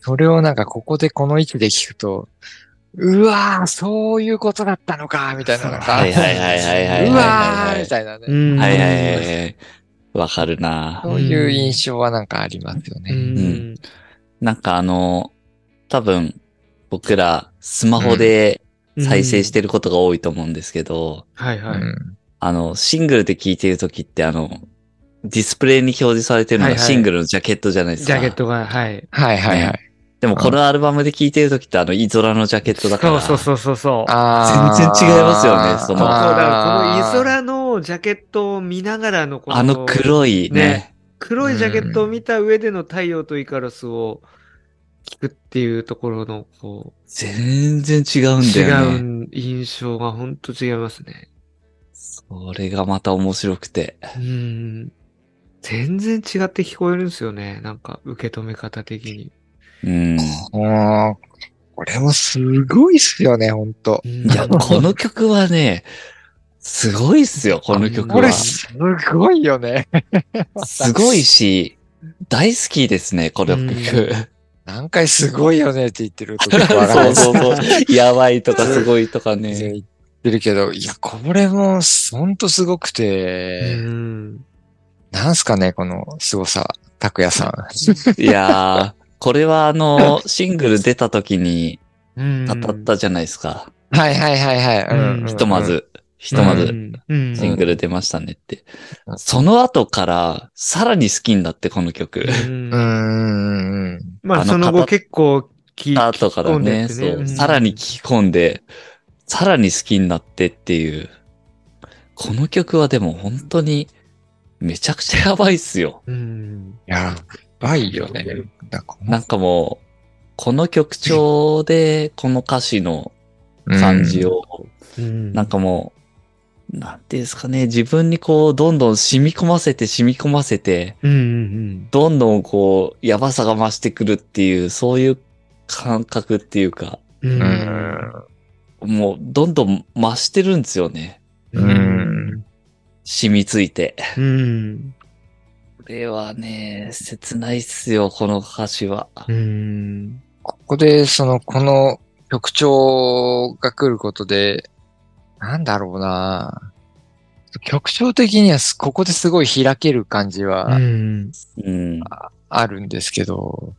Speaker 2: それをなんかここでこの位置で聴くと、うわー、そういうことだったのか、みたいな。なんか
Speaker 1: はいはいはいはいはいはいはいはいう
Speaker 2: わー、みたいなね。
Speaker 3: うん
Speaker 1: はいはいはいはい。わかるな
Speaker 2: そういう印象はなんかありますよ
Speaker 3: う
Speaker 2: ね。
Speaker 3: ん。
Speaker 1: なんかあの、多分、僕らスマホで再生してることが多いと思うんですけど、
Speaker 3: はいはい。
Speaker 2: うん
Speaker 1: あの、シングルで聴いてるときって、あの、ディスプレイに表示されてるの
Speaker 3: は
Speaker 1: が
Speaker 3: いはい
Speaker 1: シングルのジャケットじゃないです
Speaker 3: ジ
Speaker 1: か。
Speaker 3: ャケットが、はい。
Speaker 2: はいはいはい。
Speaker 1: でもこのアルバムで聴いてるときって、あの、イゾラのジャケットだか
Speaker 3: そう
Speaker 1: ら。
Speaker 3: そうそうそうそう。
Speaker 2: あー
Speaker 1: 全然違いますよねそ
Speaker 3: そ
Speaker 1: の
Speaker 3: うそう、だか
Speaker 2: あー
Speaker 3: らこのイゾラのジャケットを見ながらのこの
Speaker 1: あの黒いね。
Speaker 3: 黒いジャケットを見た上での太陽とイカロスを聞くっていうところの、こ
Speaker 1: 全然違
Speaker 3: う、
Speaker 1: うんだよね。
Speaker 3: 違う印象が本当違いますね。
Speaker 1: それがまた面白くて。
Speaker 3: うん。全然違って聞こえるんですよね。なんか、受け止め方的に。
Speaker 1: うん。い
Speaker 2: もう、これもすごいっすよね、ほんと。
Speaker 3: い
Speaker 1: や、この曲はね、すごいっすよ、この曲
Speaker 2: こ
Speaker 1: は
Speaker 2: れ。すごいよね。
Speaker 1: すごいし、大好きですね、この曲。
Speaker 2: 何回すごいよねって言っ てると結構わかんない
Speaker 1: そう
Speaker 2: です
Speaker 1: そうそう。やばいとかすごいとかね。
Speaker 2: 言ってるけど、いや、これもほんとすごく
Speaker 3: う
Speaker 2: て、
Speaker 3: ん。
Speaker 2: なんすかね、この凄さ、拓 也さん。
Speaker 1: いやー、これはあの、シングル出た時に
Speaker 3: うん。
Speaker 1: 語ったじゃないですか。
Speaker 2: はいはいはいはい。うん
Speaker 3: うん
Speaker 1: ひとま。ず、ひとま
Speaker 3: う
Speaker 1: ず、
Speaker 3: ん。うん
Speaker 1: シングル出ましたねって
Speaker 2: う。ん
Speaker 1: その後から、さらに好きになって、この曲。
Speaker 3: う
Speaker 2: うん
Speaker 3: ん
Speaker 2: うんうんうん。
Speaker 3: まあ、
Speaker 1: あの
Speaker 3: その後結構聞い
Speaker 1: 後からね、
Speaker 3: 聞き込んでってね
Speaker 1: そうう、
Speaker 3: ん
Speaker 1: さらに聞き込んで、さらに好きになってっていう。この曲はでも本当に、めちゃくちゃやばいっすよ。
Speaker 3: うん。
Speaker 2: やばいよね。だか
Speaker 1: なんかもう、この曲調で、この歌詞の感じ。を、
Speaker 3: うん
Speaker 1: なんかもう、なんていうんですかね、自分にこう、どんどん染み込ませて染み込ませて、
Speaker 3: うんうん
Speaker 1: どんどんこう、やばさが増してくるっていう、そういう感覚っていうか、
Speaker 3: うん。う
Speaker 2: うん
Speaker 3: ん。
Speaker 1: もう、どんどん増してるんですよね。
Speaker 2: うん
Speaker 1: 染みついて。
Speaker 3: うん。
Speaker 1: これはね、切ないっすよ、この歌詞は。
Speaker 3: うん。
Speaker 2: ここで、その、この曲調が来ることで、なんだろうな曲調的にはす、ここですごい開ける感じ
Speaker 3: う
Speaker 2: は
Speaker 3: ん。
Speaker 1: うん。
Speaker 2: あるんですけど、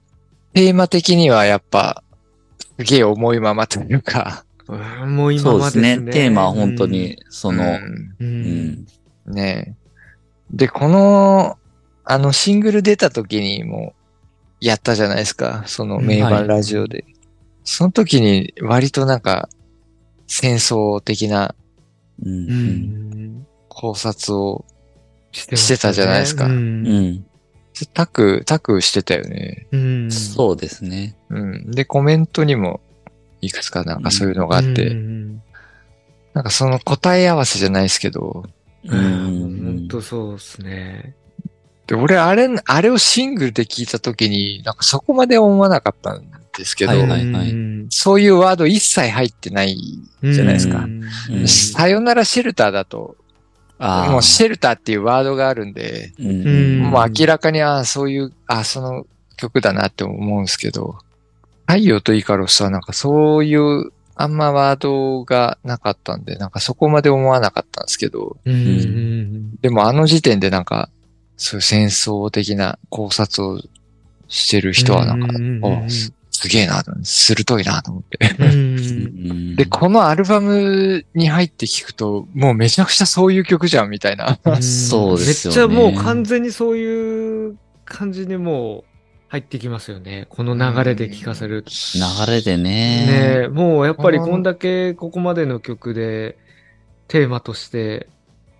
Speaker 2: テーマ的にはやっぱ、すげえ重いままというか、
Speaker 3: もう今
Speaker 1: そうで
Speaker 3: ますで
Speaker 1: ね。
Speaker 3: すね。
Speaker 1: テーマは本当に、その、
Speaker 2: うん
Speaker 3: うん。
Speaker 1: う
Speaker 3: う
Speaker 1: ん。
Speaker 3: ん。
Speaker 2: ねえで、この、あの、シングル出た時にも、やったじゃないですか。その名
Speaker 1: は
Speaker 2: 盤
Speaker 1: い
Speaker 2: ラジオで。その時に、割となんか、戦争的な
Speaker 1: うん。
Speaker 3: う
Speaker 1: うん
Speaker 3: ん。
Speaker 2: 考察を、
Speaker 3: してま
Speaker 2: し
Speaker 3: すよね
Speaker 2: てたじゃないですか
Speaker 3: う。
Speaker 1: うんん。
Speaker 2: タク、タクしてたよね。
Speaker 3: うん。
Speaker 1: そうですね。
Speaker 2: うん。で、コメントにも、いくつかなんかそういうのがあって、
Speaker 3: うん。
Speaker 2: なんかその答え合わせじゃないですけど、
Speaker 1: う
Speaker 3: 本
Speaker 1: ん。
Speaker 3: 当そうですね。
Speaker 2: で俺、あれ、あれをシングルで聞いた時に、なんかそこまで思わなかったんですけど、
Speaker 1: はいはいはい
Speaker 3: うん
Speaker 2: そういうワード一切入ってない。
Speaker 3: うん
Speaker 2: じゃないですか
Speaker 3: うん
Speaker 1: うん
Speaker 2: さよならシェルターだと、
Speaker 1: ああ。
Speaker 2: もうシェルターっていうワードがあるんで、
Speaker 1: うん
Speaker 3: うん
Speaker 2: もう明らかに、ああ、そういう、ああ、その曲だなって思うんですけど、太陽とイカロスはなんかそういう、あんまワードがなかったんで、なんかそこまで思わなかったんですけど、
Speaker 3: うん
Speaker 2: でもあの時点でなんか、そういう戦争的な考察をしてる人はなんか、おすすげえな、鋭いなと思って。
Speaker 1: うん
Speaker 2: で、このアルバムに入って聞くと、もうめちゃくちゃそういう曲じゃん、みたいな。
Speaker 1: そうですよね
Speaker 3: めっちゃもう完全にそういう感じでもう入ってきますよね。この流れで聴かせると。
Speaker 1: 流れで
Speaker 3: ね
Speaker 1: ね。
Speaker 3: えもうやっぱりこんだけここまでの曲でテーマとして、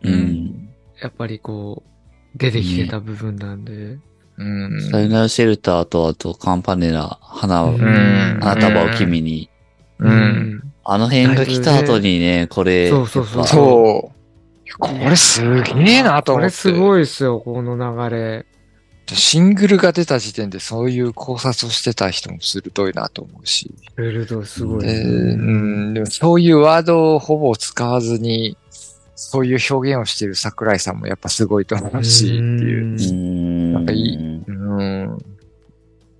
Speaker 1: うん。
Speaker 3: やっぱりこう、出てきてた部分なんで。
Speaker 2: うん。
Speaker 1: サヨナラシェルターと、あと、カンパネラ、花を、
Speaker 2: うん
Speaker 1: 花束を君に。
Speaker 2: うん。
Speaker 1: あの辺が来た後にね、これ、
Speaker 3: そうそうそう
Speaker 1: やっぱ
Speaker 2: そう。これすげえなと
Speaker 3: こ
Speaker 2: 思って。
Speaker 3: れすごいですよ、この流れ。
Speaker 2: シングルが出た時点でそういう考察をしてた人も鋭いなと思うし。
Speaker 3: ベルドすごい。
Speaker 2: でうん、でもそういうワードをほぼ使わずに、そういう表現をしている桜井さんもやっぱすごいと思うし、っていう。
Speaker 1: う。
Speaker 3: うん
Speaker 2: なんかいいうん。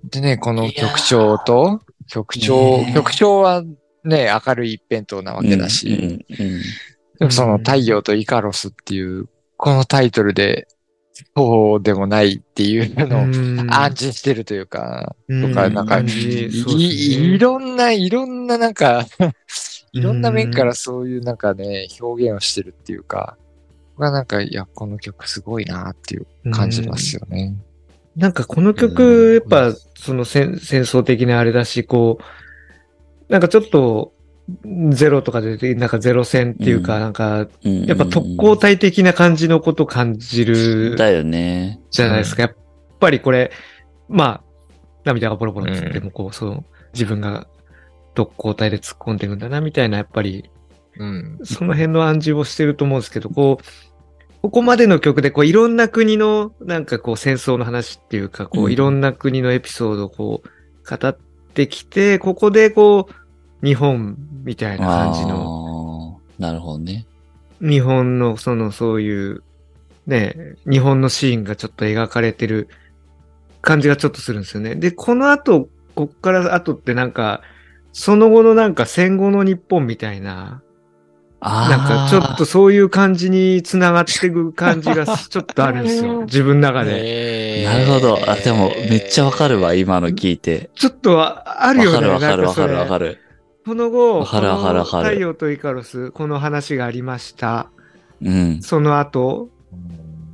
Speaker 2: でね、この曲調と、曲調、
Speaker 1: ねえ
Speaker 2: 曲調はね、明るい一辺倒なわけだし、
Speaker 1: うんうんうん
Speaker 2: でもその太陽とイカロスっていう、このタイトルで、そうでもないっていうのを
Speaker 3: ん
Speaker 2: 安心してるというか、
Speaker 3: と
Speaker 2: かなんかいいろんな、いろんななんか、いろんな面からそういうなんかね、表現をしてるっていうか、僕はなんか、いや、この曲すごいなっていう感じますよね。
Speaker 3: なんかこの
Speaker 1: うん
Speaker 3: 曲、やっぱ、その戦戦争的なあれだし、こう、なんかちょっと、ゼロとかで、なんかゼロ戦っていう
Speaker 1: う
Speaker 3: か、
Speaker 1: ん
Speaker 3: なんか、
Speaker 1: うん
Speaker 3: やっぱ特攻隊的な感じのこと感じる
Speaker 1: だよね。
Speaker 3: じゃないですか。やっぱりこれ、まあ、涙がボロボロつっても、こう、その、自分が特攻隊で突っ込んでいくんだな、みたいな、やっぱり、
Speaker 2: うん。
Speaker 3: その辺の暗示をしてると思うんですけど、こう、ここまでの曲で、こう、いろんな国の、なんかこう、戦争の話っていうか、こ
Speaker 1: うん
Speaker 3: う、いろんな国のエピソードをこう、語ってきて、ここでこう、日本みたいな感じの、
Speaker 1: の。なるほどね。
Speaker 3: 日本の、その、そういう、ね、日本のシーンがちょっと描かれてる感じがちょっとするんですよね。で、この後、こっから後ってなんか、その後のなんか戦後の日本みたいな、なん
Speaker 1: あ
Speaker 3: かち
Speaker 1: ー
Speaker 3: ょっとそういう感じに繋がっていく感じが ちょっとあるんですよ。自分の中で。
Speaker 2: ねえ
Speaker 1: なるほど。あ、でも、めっちゃわかるわ、今の聞いて。
Speaker 3: ちょっとはある
Speaker 1: わ
Speaker 3: よ
Speaker 1: か
Speaker 3: ね。
Speaker 1: るわかる
Speaker 3: なん
Speaker 1: わ
Speaker 3: そ
Speaker 1: か
Speaker 3: れ
Speaker 1: るわかる。
Speaker 3: この後、
Speaker 1: わかるわかるわかる
Speaker 3: この太陽とイカロス、この話がありました。
Speaker 1: うん。
Speaker 3: その後、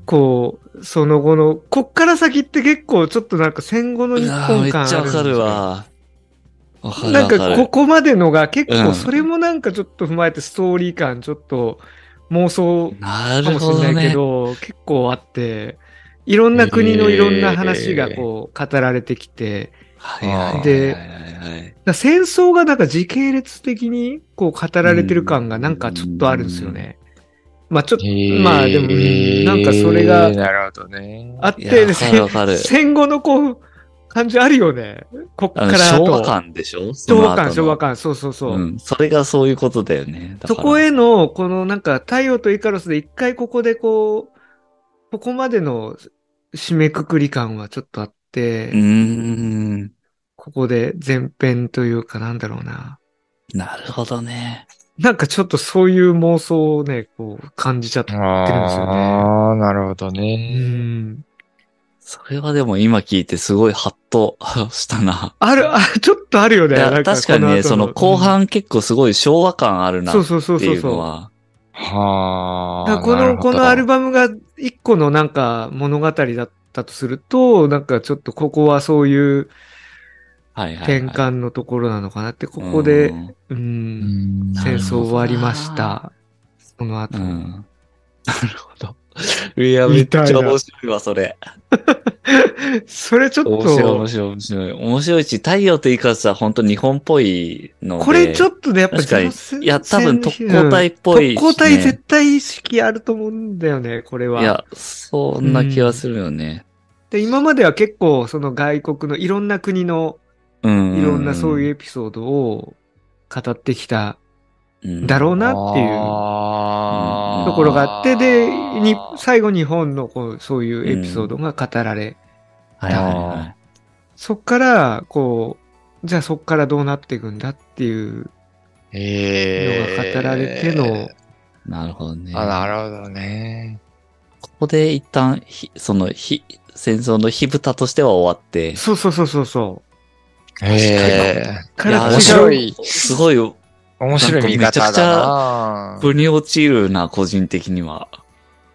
Speaker 3: こう、その後の、こっから先って結構ちょっとなんか戦後の日
Speaker 1: うわめ
Speaker 3: 本
Speaker 1: っち
Speaker 3: 感あ
Speaker 1: ゃ
Speaker 3: るん
Speaker 1: わ
Speaker 3: です
Speaker 1: か
Speaker 3: よ
Speaker 1: る。わ。わかる
Speaker 3: な
Speaker 1: わ
Speaker 3: ん
Speaker 1: か
Speaker 3: かこ
Speaker 1: る。
Speaker 3: こまでのが結
Speaker 1: う
Speaker 3: 構
Speaker 1: ん
Speaker 3: それもなんかちょっと踏まえてストーリー感ちょっと妄想
Speaker 1: な
Speaker 3: か
Speaker 1: る
Speaker 3: も
Speaker 1: ほ
Speaker 3: し
Speaker 1: ど
Speaker 3: れないけ
Speaker 1: ね。
Speaker 3: ど、結構あって、いろんな国のいろんな話がこう語られてきて、
Speaker 1: はいはいはいはいはい。
Speaker 3: でだから戦争がなんか時系列的にこう語られてる感がなんかちょっとあるんですよね。まあちょっと、まあでも、うんなんかそれが
Speaker 2: なるほどね。
Speaker 3: あっ
Speaker 1: いや
Speaker 3: て、
Speaker 1: わかるわかる。
Speaker 3: 戦後のこう、感じあるよね。こっか
Speaker 1: あの
Speaker 3: ら
Speaker 1: 昭和
Speaker 3: と。
Speaker 1: 感でしょ
Speaker 3: 昭和感、昭和
Speaker 1: 感。
Speaker 3: 感、そうそうそう。
Speaker 1: うん。それがそういうことだよね。だか
Speaker 3: そ
Speaker 1: ら
Speaker 3: こへの、このなんか、太陽とイカロスで一回ここでこう、ここまでの締めくくり感はちょっとあって、
Speaker 1: うーん。
Speaker 3: ここで前編というかなんだろうな。
Speaker 1: なるほどね。
Speaker 3: なんかちょっとそういう妄想をね、こう感じちゃった。
Speaker 2: ああ、なるほど
Speaker 3: う
Speaker 2: ね。
Speaker 3: ん。
Speaker 1: それはでも今聞いてすごいハッと したな。
Speaker 3: ある、あ、ちょっとあるよね。
Speaker 1: いや
Speaker 3: なん
Speaker 1: 確かにね、
Speaker 3: こ
Speaker 1: そ
Speaker 3: 後
Speaker 1: の後、半結構すごい昭和感ある
Speaker 3: うん
Speaker 1: なっ
Speaker 3: そうそうそう
Speaker 1: て
Speaker 3: そう
Speaker 1: いうの
Speaker 3: そう。
Speaker 1: は。
Speaker 2: はあ。
Speaker 3: だからこ
Speaker 2: なる
Speaker 3: の、
Speaker 2: ほ
Speaker 3: こ
Speaker 2: ど
Speaker 3: のアルバムが一個のなんか物語だったとすると、なんかちょっとここはそういう
Speaker 1: はいはいはい。
Speaker 3: 転換のところなのかなって、ここで、
Speaker 1: うん
Speaker 3: うん、
Speaker 2: うん
Speaker 3: 戦争終わりました。その後。
Speaker 1: うんなるほど。 いや、めっ
Speaker 3: み
Speaker 1: ち
Speaker 3: たいな
Speaker 1: ゃ面白いわ、それ。
Speaker 3: それちょっ
Speaker 1: 面白い、面
Speaker 3: と、
Speaker 1: 白い、面白い。面白いし、太陽とイカスは本当日本っぽいので。
Speaker 3: これちょ
Speaker 1: と。
Speaker 3: っとね、やっぱ
Speaker 1: 確かに
Speaker 3: ゼロ戦
Speaker 1: いや、多分特攻隊っぽいし、ね。
Speaker 3: 特攻隊絶対意識あると思うんだよね、これは。
Speaker 1: いや、そんな気はするよね。
Speaker 3: で、今までは結構、その外国のいろんな国の
Speaker 1: うん。
Speaker 3: いろんなそういう
Speaker 1: う
Speaker 3: エピソードを語ってきた
Speaker 1: ん、
Speaker 3: だろうなっていう。
Speaker 1: あ
Speaker 2: あ
Speaker 1: ー
Speaker 3: ところがあって、で、に最後日本のこうそういうエピソードが語られ、
Speaker 1: はいはいはい。
Speaker 3: そっから、こう、じゃあそっからどうなっていくんだっていう
Speaker 2: え
Speaker 3: の
Speaker 2: え
Speaker 3: が語られての、
Speaker 1: なるほどね。
Speaker 2: あ、なるほどね。
Speaker 1: ここで一旦、ひその、ひ、戦争の火蓋としては終わって、
Speaker 3: そうそうそうそうそう。
Speaker 2: ええ
Speaker 3: か
Speaker 1: いやー
Speaker 3: ら違う
Speaker 2: 面白い、
Speaker 1: すごい、
Speaker 2: 面白い見方だな。
Speaker 1: 腑に落ちるな、個人的には。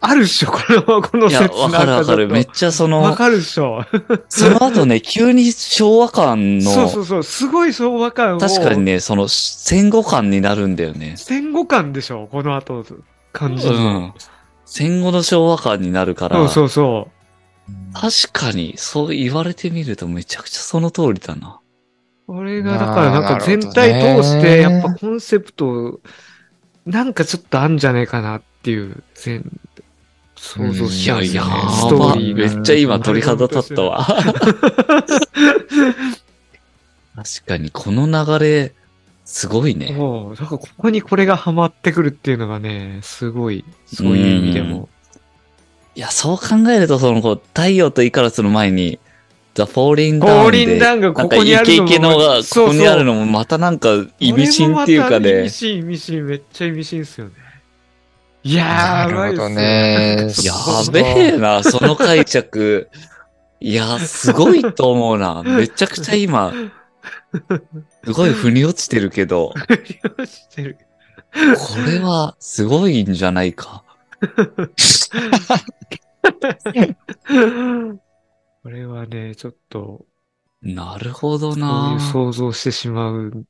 Speaker 3: あるっしょ、この、この
Speaker 1: い
Speaker 3: 説
Speaker 1: や、
Speaker 3: なんか
Speaker 1: わかるわかる。
Speaker 3: ちょっと
Speaker 1: めっちゃその
Speaker 3: わ、かるっしょ。
Speaker 1: その後ね、急に昭和感
Speaker 3: そうそ
Speaker 1: の、
Speaker 3: うそう。すごい昭和感を。
Speaker 1: 確かに。ね、その戦後感になるんだよね。
Speaker 3: 戦後感でしょ、この後、感じ
Speaker 1: う
Speaker 3: の。
Speaker 1: ん。戦後の昭和感になるから、
Speaker 3: そうそうそう。
Speaker 1: 確かに、そう言われてみるとめちゃくちゃその通りだな。
Speaker 3: これが、だからなん
Speaker 2: あーな
Speaker 3: か
Speaker 2: る
Speaker 3: 全
Speaker 2: ほどね
Speaker 3: 体通して、やっぱコンセプト、なんかちょっとあんじゃねえかなっていう、全、想像しちゃう
Speaker 2: い
Speaker 3: ん
Speaker 2: や
Speaker 3: ですよね。
Speaker 2: やば
Speaker 3: ストーリー
Speaker 1: め
Speaker 3: が。
Speaker 1: っちゃ今鳥肌立ったわ。確かに、この流れ、すごいね。
Speaker 3: そう、だからここにこれがハマってくるっていうのがね、すごい、そういう意味でも。
Speaker 1: いや、そう考えると、その、こう、太陽とイカラスの前に、ザ・フォーリン・ダウ
Speaker 3: 降
Speaker 1: ンで、
Speaker 3: 臨
Speaker 1: な
Speaker 3: 弾が
Speaker 1: ん
Speaker 3: こ
Speaker 1: か
Speaker 3: こにあ
Speaker 1: イ
Speaker 3: る
Speaker 1: ケ
Speaker 3: の
Speaker 1: イ
Speaker 3: も。
Speaker 1: ケのが、ここにある
Speaker 3: の。
Speaker 1: のも、またなんか、意味深っていうか
Speaker 3: これもまた意
Speaker 1: ね
Speaker 3: 味。深、意味深、めっちゃ意味深っすよね。いやー、やばいっすよ
Speaker 2: ね。
Speaker 1: やべえな、その解釈。 いや、すごいと思うな。めちゃくちゃ今、すごい腑に落ちてるけど、
Speaker 3: 利用してる
Speaker 1: これはすごいんじゃないか。
Speaker 3: これはね、ちょっと、
Speaker 1: なるほど
Speaker 3: そうい
Speaker 1: な
Speaker 3: う。想像してしまう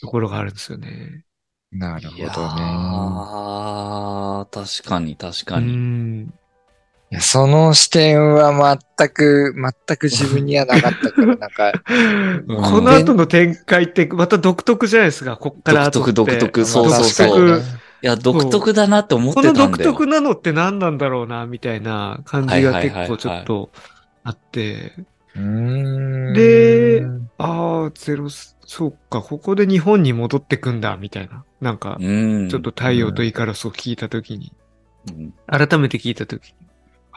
Speaker 3: ところがあるんですよね。
Speaker 2: なる
Speaker 1: いや
Speaker 2: ほどね。
Speaker 1: ー確かに確
Speaker 3: う
Speaker 1: かに。
Speaker 3: ん。
Speaker 2: いやその視点は全く、全く自分にはなかったから、なんか、
Speaker 3: この後の展開って、また独特じゃないですか、こっから後って。
Speaker 1: 独特独特
Speaker 3: そうそうそう
Speaker 2: まあ確か
Speaker 1: いや、独特だなって思って
Speaker 3: こ
Speaker 1: た
Speaker 3: の
Speaker 1: んだよ。
Speaker 3: 独特なのって何なんだろうな、みたいな感じが結構ちょっとあって。
Speaker 2: にねうーん
Speaker 3: でああ、ゼロス、そうか、ここで日本に戻ってくんだ、みたいな。なんか、
Speaker 1: うん。
Speaker 3: ちょっと。太陽とイカロスを聞いたときに、
Speaker 1: うん、
Speaker 3: 改めて聞いたときに。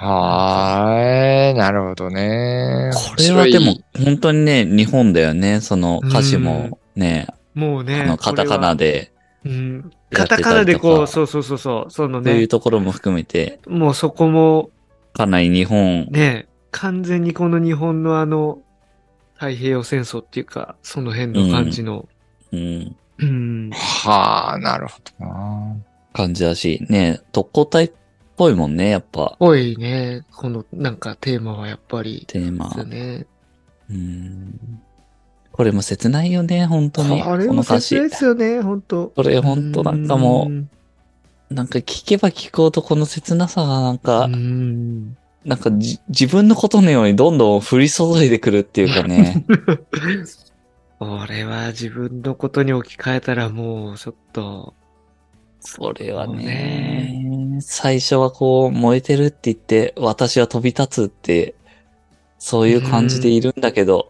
Speaker 2: はーい、なるほどね。
Speaker 1: これはでも、本当にね、日本だよね。その歌詞もね、
Speaker 3: もうね、
Speaker 1: あの、カタカナで、
Speaker 3: これは。うん。
Speaker 1: や
Speaker 3: カ
Speaker 1: ってた
Speaker 3: タ
Speaker 1: りとか
Speaker 3: カナでこう、そうそうそうそう、その
Speaker 1: そうい
Speaker 3: ね
Speaker 1: う、ところも含めて、
Speaker 3: もうそこも、
Speaker 1: かなり日本、
Speaker 3: ね、完全にこの日本のあの、太平洋戦争っていうか、その辺の感じの、
Speaker 1: うん、
Speaker 3: うん、
Speaker 2: はあ、なるほどな。
Speaker 1: 感じだし、ね、特攻隊っぽいもんね、やっぱ、
Speaker 3: ぽいね、このなんかテーマはやっぱり、
Speaker 1: テーマ
Speaker 3: で。すね。
Speaker 1: うん。これも切ないよね、本当に。
Speaker 3: あれ
Speaker 1: この
Speaker 3: も
Speaker 1: 歌
Speaker 3: 切
Speaker 1: 詞
Speaker 3: ない。ですよね、本当
Speaker 1: これ本当なんかも
Speaker 3: う
Speaker 1: う、なんか聞けば聞こうとこの切なさがなんか、
Speaker 3: うん。
Speaker 1: なんかじ自分のことのようにどんどん降り注いでくるっていうか ね。
Speaker 3: 俺は自分のことに置き換えたらもうちょっと、
Speaker 1: それは
Speaker 3: そう
Speaker 1: ね
Speaker 3: ね
Speaker 1: 最初はこう燃えてるって言って、私は飛び立つって、そういう感じでいるんだけど、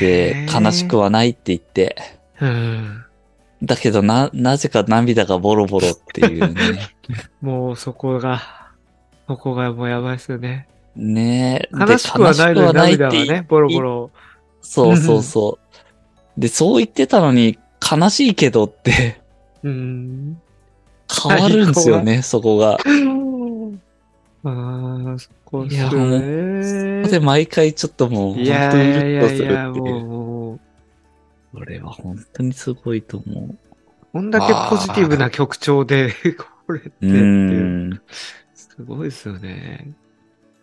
Speaker 1: で、悲しくはないって言って、
Speaker 3: うん。
Speaker 1: だけどな、なぜか涙がボロボロっていうね。
Speaker 3: もうそこが、そこがもうやばいですよね。
Speaker 1: ねえ。で
Speaker 3: 悲しくはないのに涙はね、ボロボロ。
Speaker 1: そうそうそう。で、そう言ってたのに、悲しいけど って、
Speaker 3: うん。
Speaker 1: 変わるんですよね、そこが。
Speaker 3: ああ、そこっす
Speaker 1: いや
Speaker 3: よ
Speaker 1: もう
Speaker 3: ね。
Speaker 1: で、毎回ちょっともう、本
Speaker 3: いや
Speaker 1: 当にイ
Speaker 3: い
Speaker 1: ラ
Speaker 3: やい
Speaker 1: ッ
Speaker 3: や
Speaker 1: とする
Speaker 3: いや、
Speaker 1: っていう。
Speaker 3: もう、
Speaker 1: これは本当にすごいと思
Speaker 3: こんだけポジティブな曲調で、これってって
Speaker 1: う。う
Speaker 3: いう、
Speaker 1: ん。
Speaker 3: すごいですよね。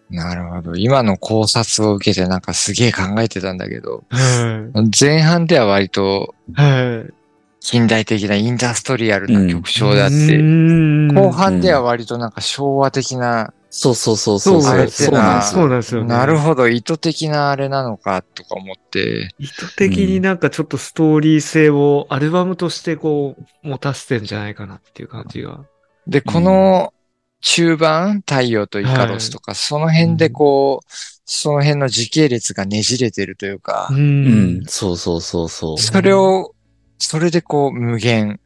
Speaker 2: なるほど。今の考察を受けてなんかすげえ考えてたんだけど、
Speaker 3: は
Speaker 2: 前半では割と
Speaker 3: い。はい。
Speaker 2: 近代的なインダストリアルな曲調だっ
Speaker 3: う
Speaker 2: て、
Speaker 3: ん
Speaker 2: 後半では割となんか昭和的な、
Speaker 1: そうそうそうそう
Speaker 2: そ
Speaker 1: そ
Speaker 2: うあれ
Speaker 1: う。
Speaker 2: って
Speaker 1: そうなんです
Speaker 3: そ
Speaker 1: よ。
Speaker 3: うなんですよね。
Speaker 2: なるほど、意図的なあれなのかとか思って、
Speaker 3: 意図的になんかちょっとストーリー性をアルバムとしてこう、持たせてんじゃないかなっていう感じが。
Speaker 2: で、この中盤、太陽とイカロスとか、その辺でこう、その辺の時系列がねじれてるというか
Speaker 3: う、
Speaker 1: うん
Speaker 3: ん。
Speaker 1: そうそうそうそう。
Speaker 2: それを、それでこう、無限、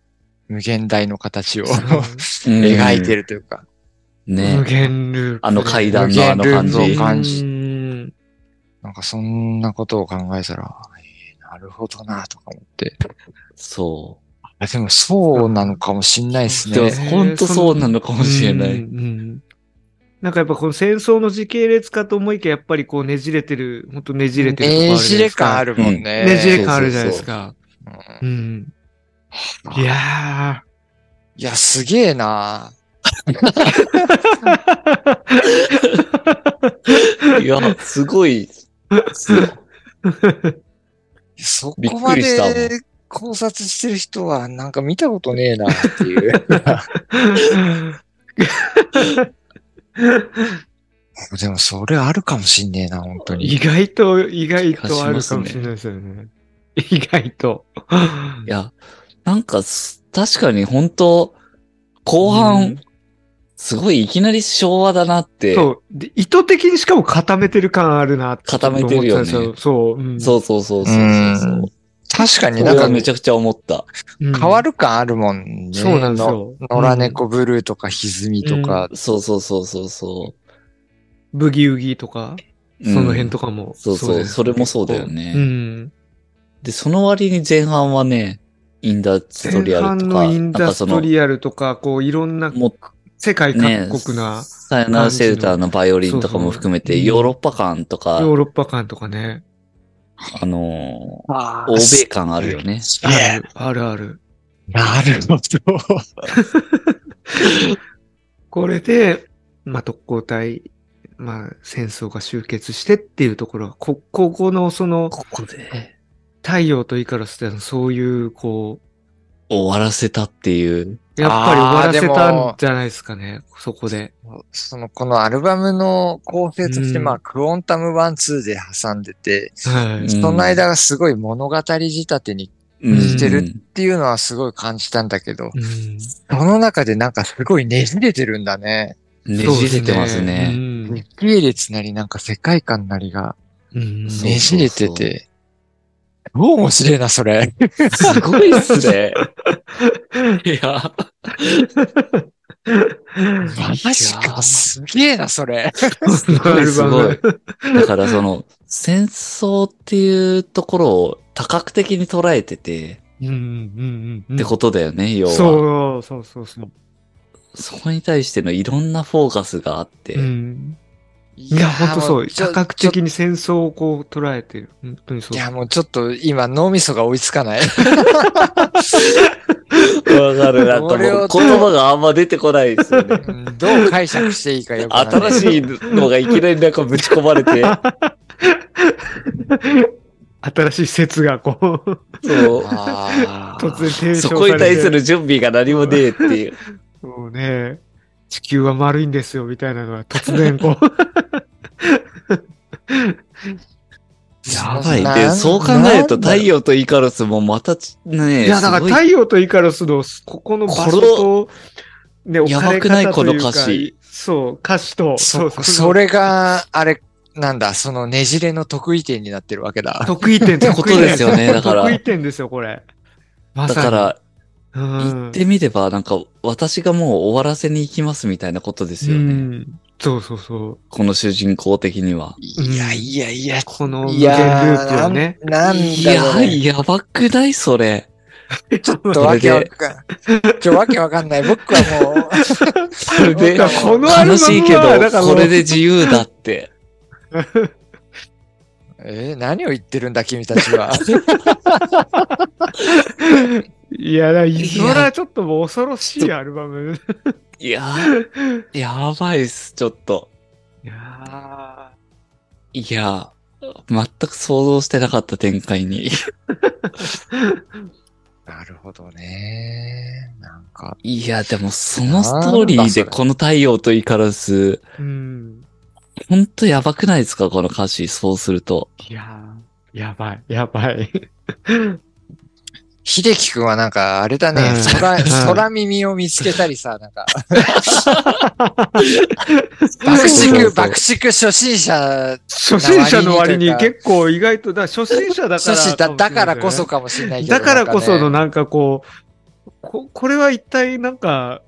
Speaker 2: 無限大の形を
Speaker 1: 描
Speaker 2: 描いてるというか、
Speaker 3: 無
Speaker 1: ね。
Speaker 3: 限ループ。
Speaker 1: あの階段のあの感じ
Speaker 2: 無限ループの感じ
Speaker 3: じ。
Speaker 2: なんかそんなことを考えたら、えーなるほどなとか思って。
Speaker 1: そ
Speaker 2: あでもそうなのかもしんないです
Speaker 1: う。
Speaker 2: ね。
Speaker 1: で
Speaker 2: う
Speaker 1: も
Speaker 2: ん、
Speaker 1: 本当そうなのかもしれな
Speaker 3: う
Speaker 1: い。
Speaker 3: んうんなんかやっぱこの戦争の時系列かと思いきや、やっぱりこうねじれてる、ほんとねじれてるとこ
Speaker 2: えー、
Speaker 3: ある
Speaker 2: じ
Speaker 3: じゃないで
Speaker 2: れ
Speaker 3: すか。
Speaker 2: 感あるもんね。
Speaker 3: ねじれ感あるじゃないです
Speaker 2: う
Speaker 3: か。
Speaker 2: ん
Speaker 3: うん。いや
Speaker 2: いや、すげえな
Speaker 1: いや、すご い。
Speaker 3: ー。
Speaker 2: そ
Speaker 1: びっ
Speaker 2: こま
Speaker 1: くりしたもん
Speaker 2: で考察してる人はなんか見たことねえなっていう。でもそれあるかもしんねえな、本当
Speaker 3: 意
Speaker 2: に。
Speaker 3: 外と、意外とあるかもしれないですよね。意外と。
Speaker 1: いや、なんかす、確かに本当後半、
Speaker 3: うん
Speaker 1: すごいいきなり昭和だなって。
Speaker 3: そう。で意図的にしかも固めてる感あるなって
Speaker 1: 固めてるよね
Speaker 3: ちょっと思ってたんですよそう。うん
Speaker 1: そうそうそうそうそうそう
Speaker 2: うん確かに
Speaker 1: こ
Speaker 2: な
Speaker 1: れ
Speaker 2: ん
Speaker 1: は
Speaker 2: か
Speaker 1: めちゃくちゃ思った。
Speaker 3: うん
Speaker 2: 変わる感あるもんね。
Speaker 3: そうなんですよ。
Speaker 2: の野良猫ブルーとか歪みとか。
Speaker 1: そうそうそうそうそ
Speaker 3: ブギウギとか、
Speaker 1: う。
Speaker 3: その辺と
Speaker 1: か。
Speaker 3: かも。
Speaker 1: そうそう
Speaker 3: です
Speaker 1: それもそうだよね
Speaker 3: うん。
Speaker 1: で、その割に前半はね、インダストリ
Speaker 3: 前
Speaker 1: ア
Speaker 3: 半
Speaker 1: ルと
Speaker 3: の
Speaker 1: か、
Speaker 3: イ
Speaker 1: なん
Speaker 3: ンダ
Speaker 1: かそ
Speaker 3: ス
Speaker 1: の、
Speaker 3: ト
Speaker 1: も
Speaker 3: リアルとか、こう、いろんな
Speaker 1: う
Speaker 3: 世界
Speaker 1: ね、
Speaker 3: 各国な
Speaker 1: さよならシェルターのバイオリンとか
Speaker 3: そうそ
Speaker 1: も
Speaker 3: う
Speaker 1: 含めて、
Speaker 3: うん
Speaker 1: ヨーロッパ感とか、
Speaker 3: ヨーロッパ感とかね。
Speaker 1: あの
Speaker 2: あ
Speaker 1: ー、欧米感あるよね。
Speaker 2: いや
Speaker 3: ある、あるある。
Speaker 2: なるほど。
Speaker 3: これで、まあ、特攻隊、まあ、戦争が終結してっていうところは、こ、ここのその、
Speaker 1: ここで
Speaker 3: 太陽とイカロスってのはそういう、こ
Speaker 1: 終わらせたっていう。
Speaker 3: う、やっぱり終わらせ
Speaker 2: あーで
Speaker 3: た
Speaker 2: も
Speaker 3: んじゃないですかね、そこで。
Speaker 2: その、このアルバムの構成として、
Speaker 3: うん
Speaker 2: まあ、クォンタム1、2で挟んでて、
Speaker 3: は
Speaker 1: うん
Speaker 3: い。
Speaker 2: その間がすごい物語仕立てに
Speaker 1: うん
Speaker 3: して
Speaker 2: るっていうのはすごい感じたんだけど、
Speaker 3: うん
Speaker 2: その中でなんかすごいねじれてるんだね。
Speaker 1: ねじれてます
Speaker 3: う
Speaker 1: ね。
Speaker 3: ん
Speaker 2: 日系列なりなんか世界観なりが
Speaker 3: うん
Speaker 1: そう
Speaker 2: ねじれてて、どう面白いな、それ。
Speaker 1: すごいっすね。いや、
Speaker 2: マジ
Speaker 1: いや
Speaker 2: か、すげえな、それ。
Speaker 1: ごいすごい
Speaker 3: アルバム
Speaker 1: だからその、戦争っていうところを多角的に捉えてて、
Speaker 3: うんうんうん。
Speaker 1: ってことだよね、要は。
Speaker 3: そうそうそうそう。
Speaker 1: そこに対してのいろんなフォーカスがあって、
Speaker 3: うん、いや、
Speaker 2: ー
Speaker 3: 本当そう。多
Speaker 2: も
Speaker 3: 角。的に戦争をこう捉えてる。本当にそ
Speaker 2: ちょ
Speaker 3: う。
Speaker 2: いや、もうちょっと今脳みそが追いつかない。
Speaker 1: わかる。なんかもう
Speaker 2: 俺を
Speaker 1: 言葉があんま出てこないですよね。
Speaker 2: うん どう解釈してい いかよくわかんな
Speaker 1: 新
Speaker 2: い。
Speaker 1: しいのがいきなりなんかぶち込まれて、
Speaker 3: 新しい説がこう、
Speaker 1: そう。
Speaker 2: あー
Speaker 3: 突然提唱されて
Speaker 1: そこに対する準備が何もねえっていう。
Speaker 3: そうね。地球は丸いんですよ、みたいなのが突然こう。
Speaker 1: やばい。
Speaker 2: な
Speaker 1: で、
Speaker 2: ん
Speaker 1: そう考えると太陽とイカロスもまたち ね
Speaker 3: いや、だから太陽とイカロスの、ここの場所と、ね、置
Speaker 1: や
Speaker 3: か
Speaker 1: ば
Speaker 3: れ
Speaker 1: くない
Speaker 3: 方という
Speaker 1: この歌詞。
Speaker 3: そう、歌詞と、
Speaker 2: そうう、それが、あれ、なんだ、そのねじれの得意点になってるわけだ。
Speaker 3: 得意点って
Speaker 1: ことですよねだから
Speaker 3: 得意点ですよ、これ。ま
Speaker 1: だ
Speaker 3: さに。
Speaker 1: から、
Speaker 3: う
Speaker 1: 言
Speaker 3: ん、
Speaker 1: ってみれば、なんか、私がもう終わらせに行きますみたいなことですよ
Speaker 3: う
Speaker 1: ね。
Speaker 3: ん。そうそうそう。
Speaker 1: この主人公的には。
Speaker 2: いやいやいや、
Speaker 3: この無
Speaker 2: い
Speaker 3: 限ル
Speaker 2: や
Speaker 3: ープをね。
Speaker 2: ーなんなん
Speaker 1: い
Speaker 2: だろう
Speaker 1: や、
Speaker 2: ね、
Speaker 1: やばくないそ れ。
Speaker 3: ち
Speaker 2: ち
Speaker 3: ょっ
Speaker 2: ょっとわけわかん。ちょ、わけわかんない。僕はもう、
Speaker 1: それで、
Speaker 3: このアル
Speaker 1: 悲
Speaker 3: バムは
Speaker 1: しいけ
Speaker 3: だから
Speaker 1: ど、
Speaker 3: もう
Speaker 1: これで自由だって。
Speaker 2: えー何を言ってるんだ、君たち は。
Speaker 3: いや、だから
Speaker 1: や
Speaker 3: それはちょっともう恐ろしいアルバム。
Speaker 1: い やー、やばいっす、ちょっと。
Speaker 3: いや
Speaker 1: いやー、全く想像してなかった展開に。
Speaker 2: なるほどね。なんか、
Speaker 1: いや、でもそのストーリ
Speaker 2: なん
Speaker 1: ー
Speaker 2: だそ
Speaker 1: で
Speaker 2: れ
Speaker 1: この太陽とイカロス、
Speaker 3: ーうん。
Speaker 1: ほんとやばくないですかこの歌詞、そうすると。
Speaker 3: いやーやばい、 やばい。
Speaker 2: 秀樹くんはなんか、あれだね
Speaker 3: うん、
Speaker 2: 空、
Speaker 3: うん
Speaker 2: 空耳を見つけたりさ、 なんか、爆
Speaker 1: そうそうそ
Speaker 2: 竹、
Speaker 1: う
Speaker 2: 爆竹初心者
Speaker 3: 初心者の割に結構意外と、だから初心者だから
Speaker 2: 初心者だだからこそかもしれないけど。
Speaker 3: だからこそ
Speaker 2: な
Speaker 3: の
Speaker 2: んか
Speaker 3: なんかこう、こ、これは一体なんか、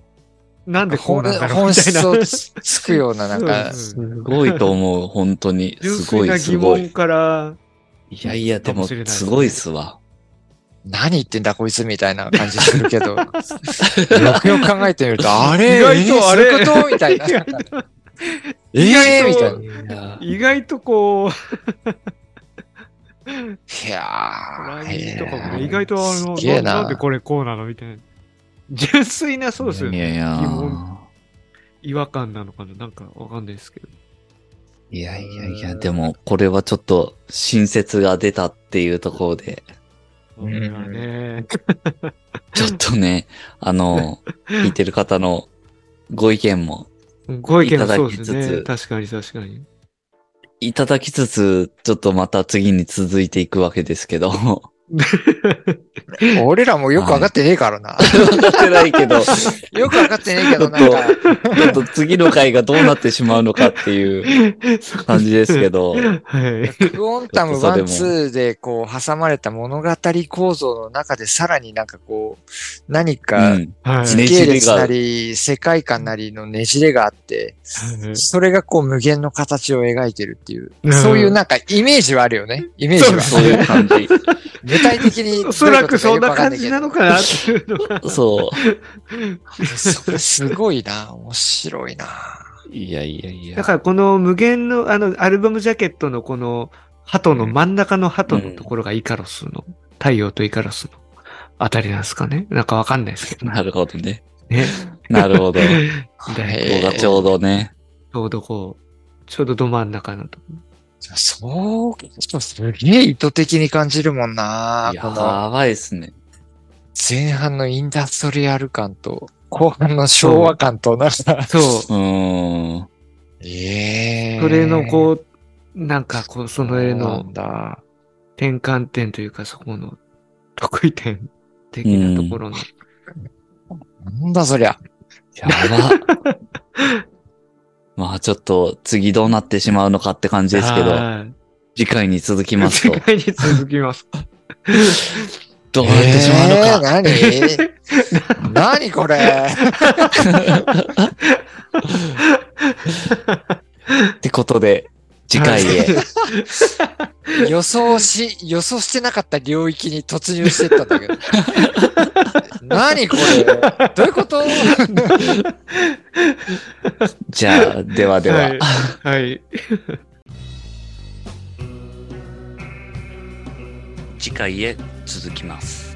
Speaker 3: なんでこう
Speaker 2: 本
Speaker 3: なんだろうみたい
Speaker 2: 質
Speaker 3: な。
Speaker 2: をつつくような、なんか、
Speaker 3: そう
Speaker 1: すごいと思う、本当に。
Speaker 3: 純
Speaker 1: す
Speaker 3: 粋
Speaker 1: ご、
Speaker 3: ない
Speaker 1: す
Speaker 3: 疑
Speaker 1: ご
Speaker 3: 問
Speaker 1: い。
Speaker 3: から、
Speaker 1: いやいや、で
Speaker 3: かも
Speaker 1: も、
Speaker 3: しれないです
Speaker 1: す
Speaker 3: ね
Speaker 1: ごいっすわ。
Speaker 2: 何言ってんだこいつみたいな感じする けど、よくよく考えてみると、あれ
Speaker 3: 意外とあれ
Speaker 2: えーそういうことみたいな。
Speaker 3: 意
Speaker 2: え
Speaker 3: 外
Speaker 2: えー、み
Speaker 3: 意
Speaker 2: た
Speaker 3: 外
Speaker 2: い
Speaker 3: と
Speaker 2: な。
Speaker 3: 意外とこう、
Speaker 2: いや
Speaker 3: ラ
Speaker 2: ー。
Speaker 3: インとかも
Speaker 2: えー
Speaker 3: ね意外とあの、
Speaker 2: すげえ
Speaker 3: な
Speaker 2: な。
Speaker 3: んでこれこうなのみたいな。純粋な、そうですよ
Speaker 1: い
Speaker 3: ね。
Speaker 1: やいや
Speaker 3: 疑。問違和感なのかななんかわかんないですけど。
Speaker 1: いやいやいや、でも、これはちょっと、新説が出たっていうところで、
Speaker 3: これはね、
Speaker 1: ちょっとね、あの、聞いてる方のご意見も
Speaker 3: ご意見もそうです
Speaker 1: いただ
Speaker 3: ね。
Speaker 1: きつ
Speaker 3: 確かに確かに。
Speaker 1: いただきつつ、ちょっとまた次に続いていくわけですけど、わ
Speaker 2: 俺らもよくわかってねえからな。
Speaker 1: かってないけど、ち
Speaker 2: よくわかってねえけど、なん
Speaker 1: ち
Speaker 2: か。
Speaker 1: ょっと次の回がどうなってしまうのかっていう感じですけど、
Speaker 3: はい。
Speaker 2: クオンタム
Speaker 1: ちょっとそれも
Speaker 2: 1,2でこう挟まれた物語構造の中でさらになんかこう何
Speaker 1: う
Speaker 2: か
Speaker 1: ん、
Speaker 3: は
Speaker 1: ね
Speaker 2: 時
Speaker 1: じ
Speaker 2: 系
Speaker 1: れ
Speaker 2: 列
Speaker 1: が
Speaker 2: なり世界観なりのねじれがあって
Speaker 3: い。
Speaker 2: それがこう無限の形を描いてるっていう
Speaker 3: うん
Speaker 2: そういうなんかイメージはあるよねイメージは
Speaker 1: そういう感じ。
Speaker 2: 具体的にどういうことかよくわかんないけど
Speaker 3: おそらくそんな感じなのかなっていうのが。
Speaker 1: そ
Speaker 2: そうすごいな面白いな
Speaker 1: う。いやいやいや。
Speaker 3: だからこの無限の、あの、アルバムジャケットのこの、鳩の真ん中の鳩のところがイカロスの、太陽とイカロスのあたりなんですかねなんかわかんないですけどね。
Speaker 1: なるほどね。
Speaker 3: ね。
Speaker 1: なるほ ど。こ
Speaker 2: へ
Speaker 1: こ
Speaker 2: え
Speaker 1: がちょうどね。
Speaker 3: ちょうどこう、ちょうどど真ん中のとこ
Speaker 2: そうそうすげえ意図的に感じるもんなこの
Speaker 1: やばいっすね。
Speaker 2: 前半のインダストリアル感と、後半の昭和感と、なん か、
Speaker 3: そう。
Speaker 1: うーん。
Speaker 2: ええ
Speaker 3: それの
Speaker 2: う、
Speaker 3: こう、なんかこう、その絵
Speaker 2: な
Speaker 3: の
Speaker 2: んだ。
Speaker 3: 転換点というか、そこの得意点的なところの。
Speaker 2: なんだそりゃ。
Speaker 1: やば。 まあちょっと次どうなってしまうのかって感じですけど、
Speaker 3: はい
Speaker 1: 次回に続きます
Speaker 3: 世
Speaker 1: と、
Speaker 3: 界に続きます。
Speaker 1: どうなってしまうのか。
Speaker 2: えー 何何これ
Speaker 1: ってことで、次回へ。
Speaker 2: 予想し、予想してなかった領域に突入してったんだ けど。何これどういうこと
Speaker 1: じゃあ、ではでは。
Speaker 3: はい。はい。
Speaker 1: 次回へ続きます。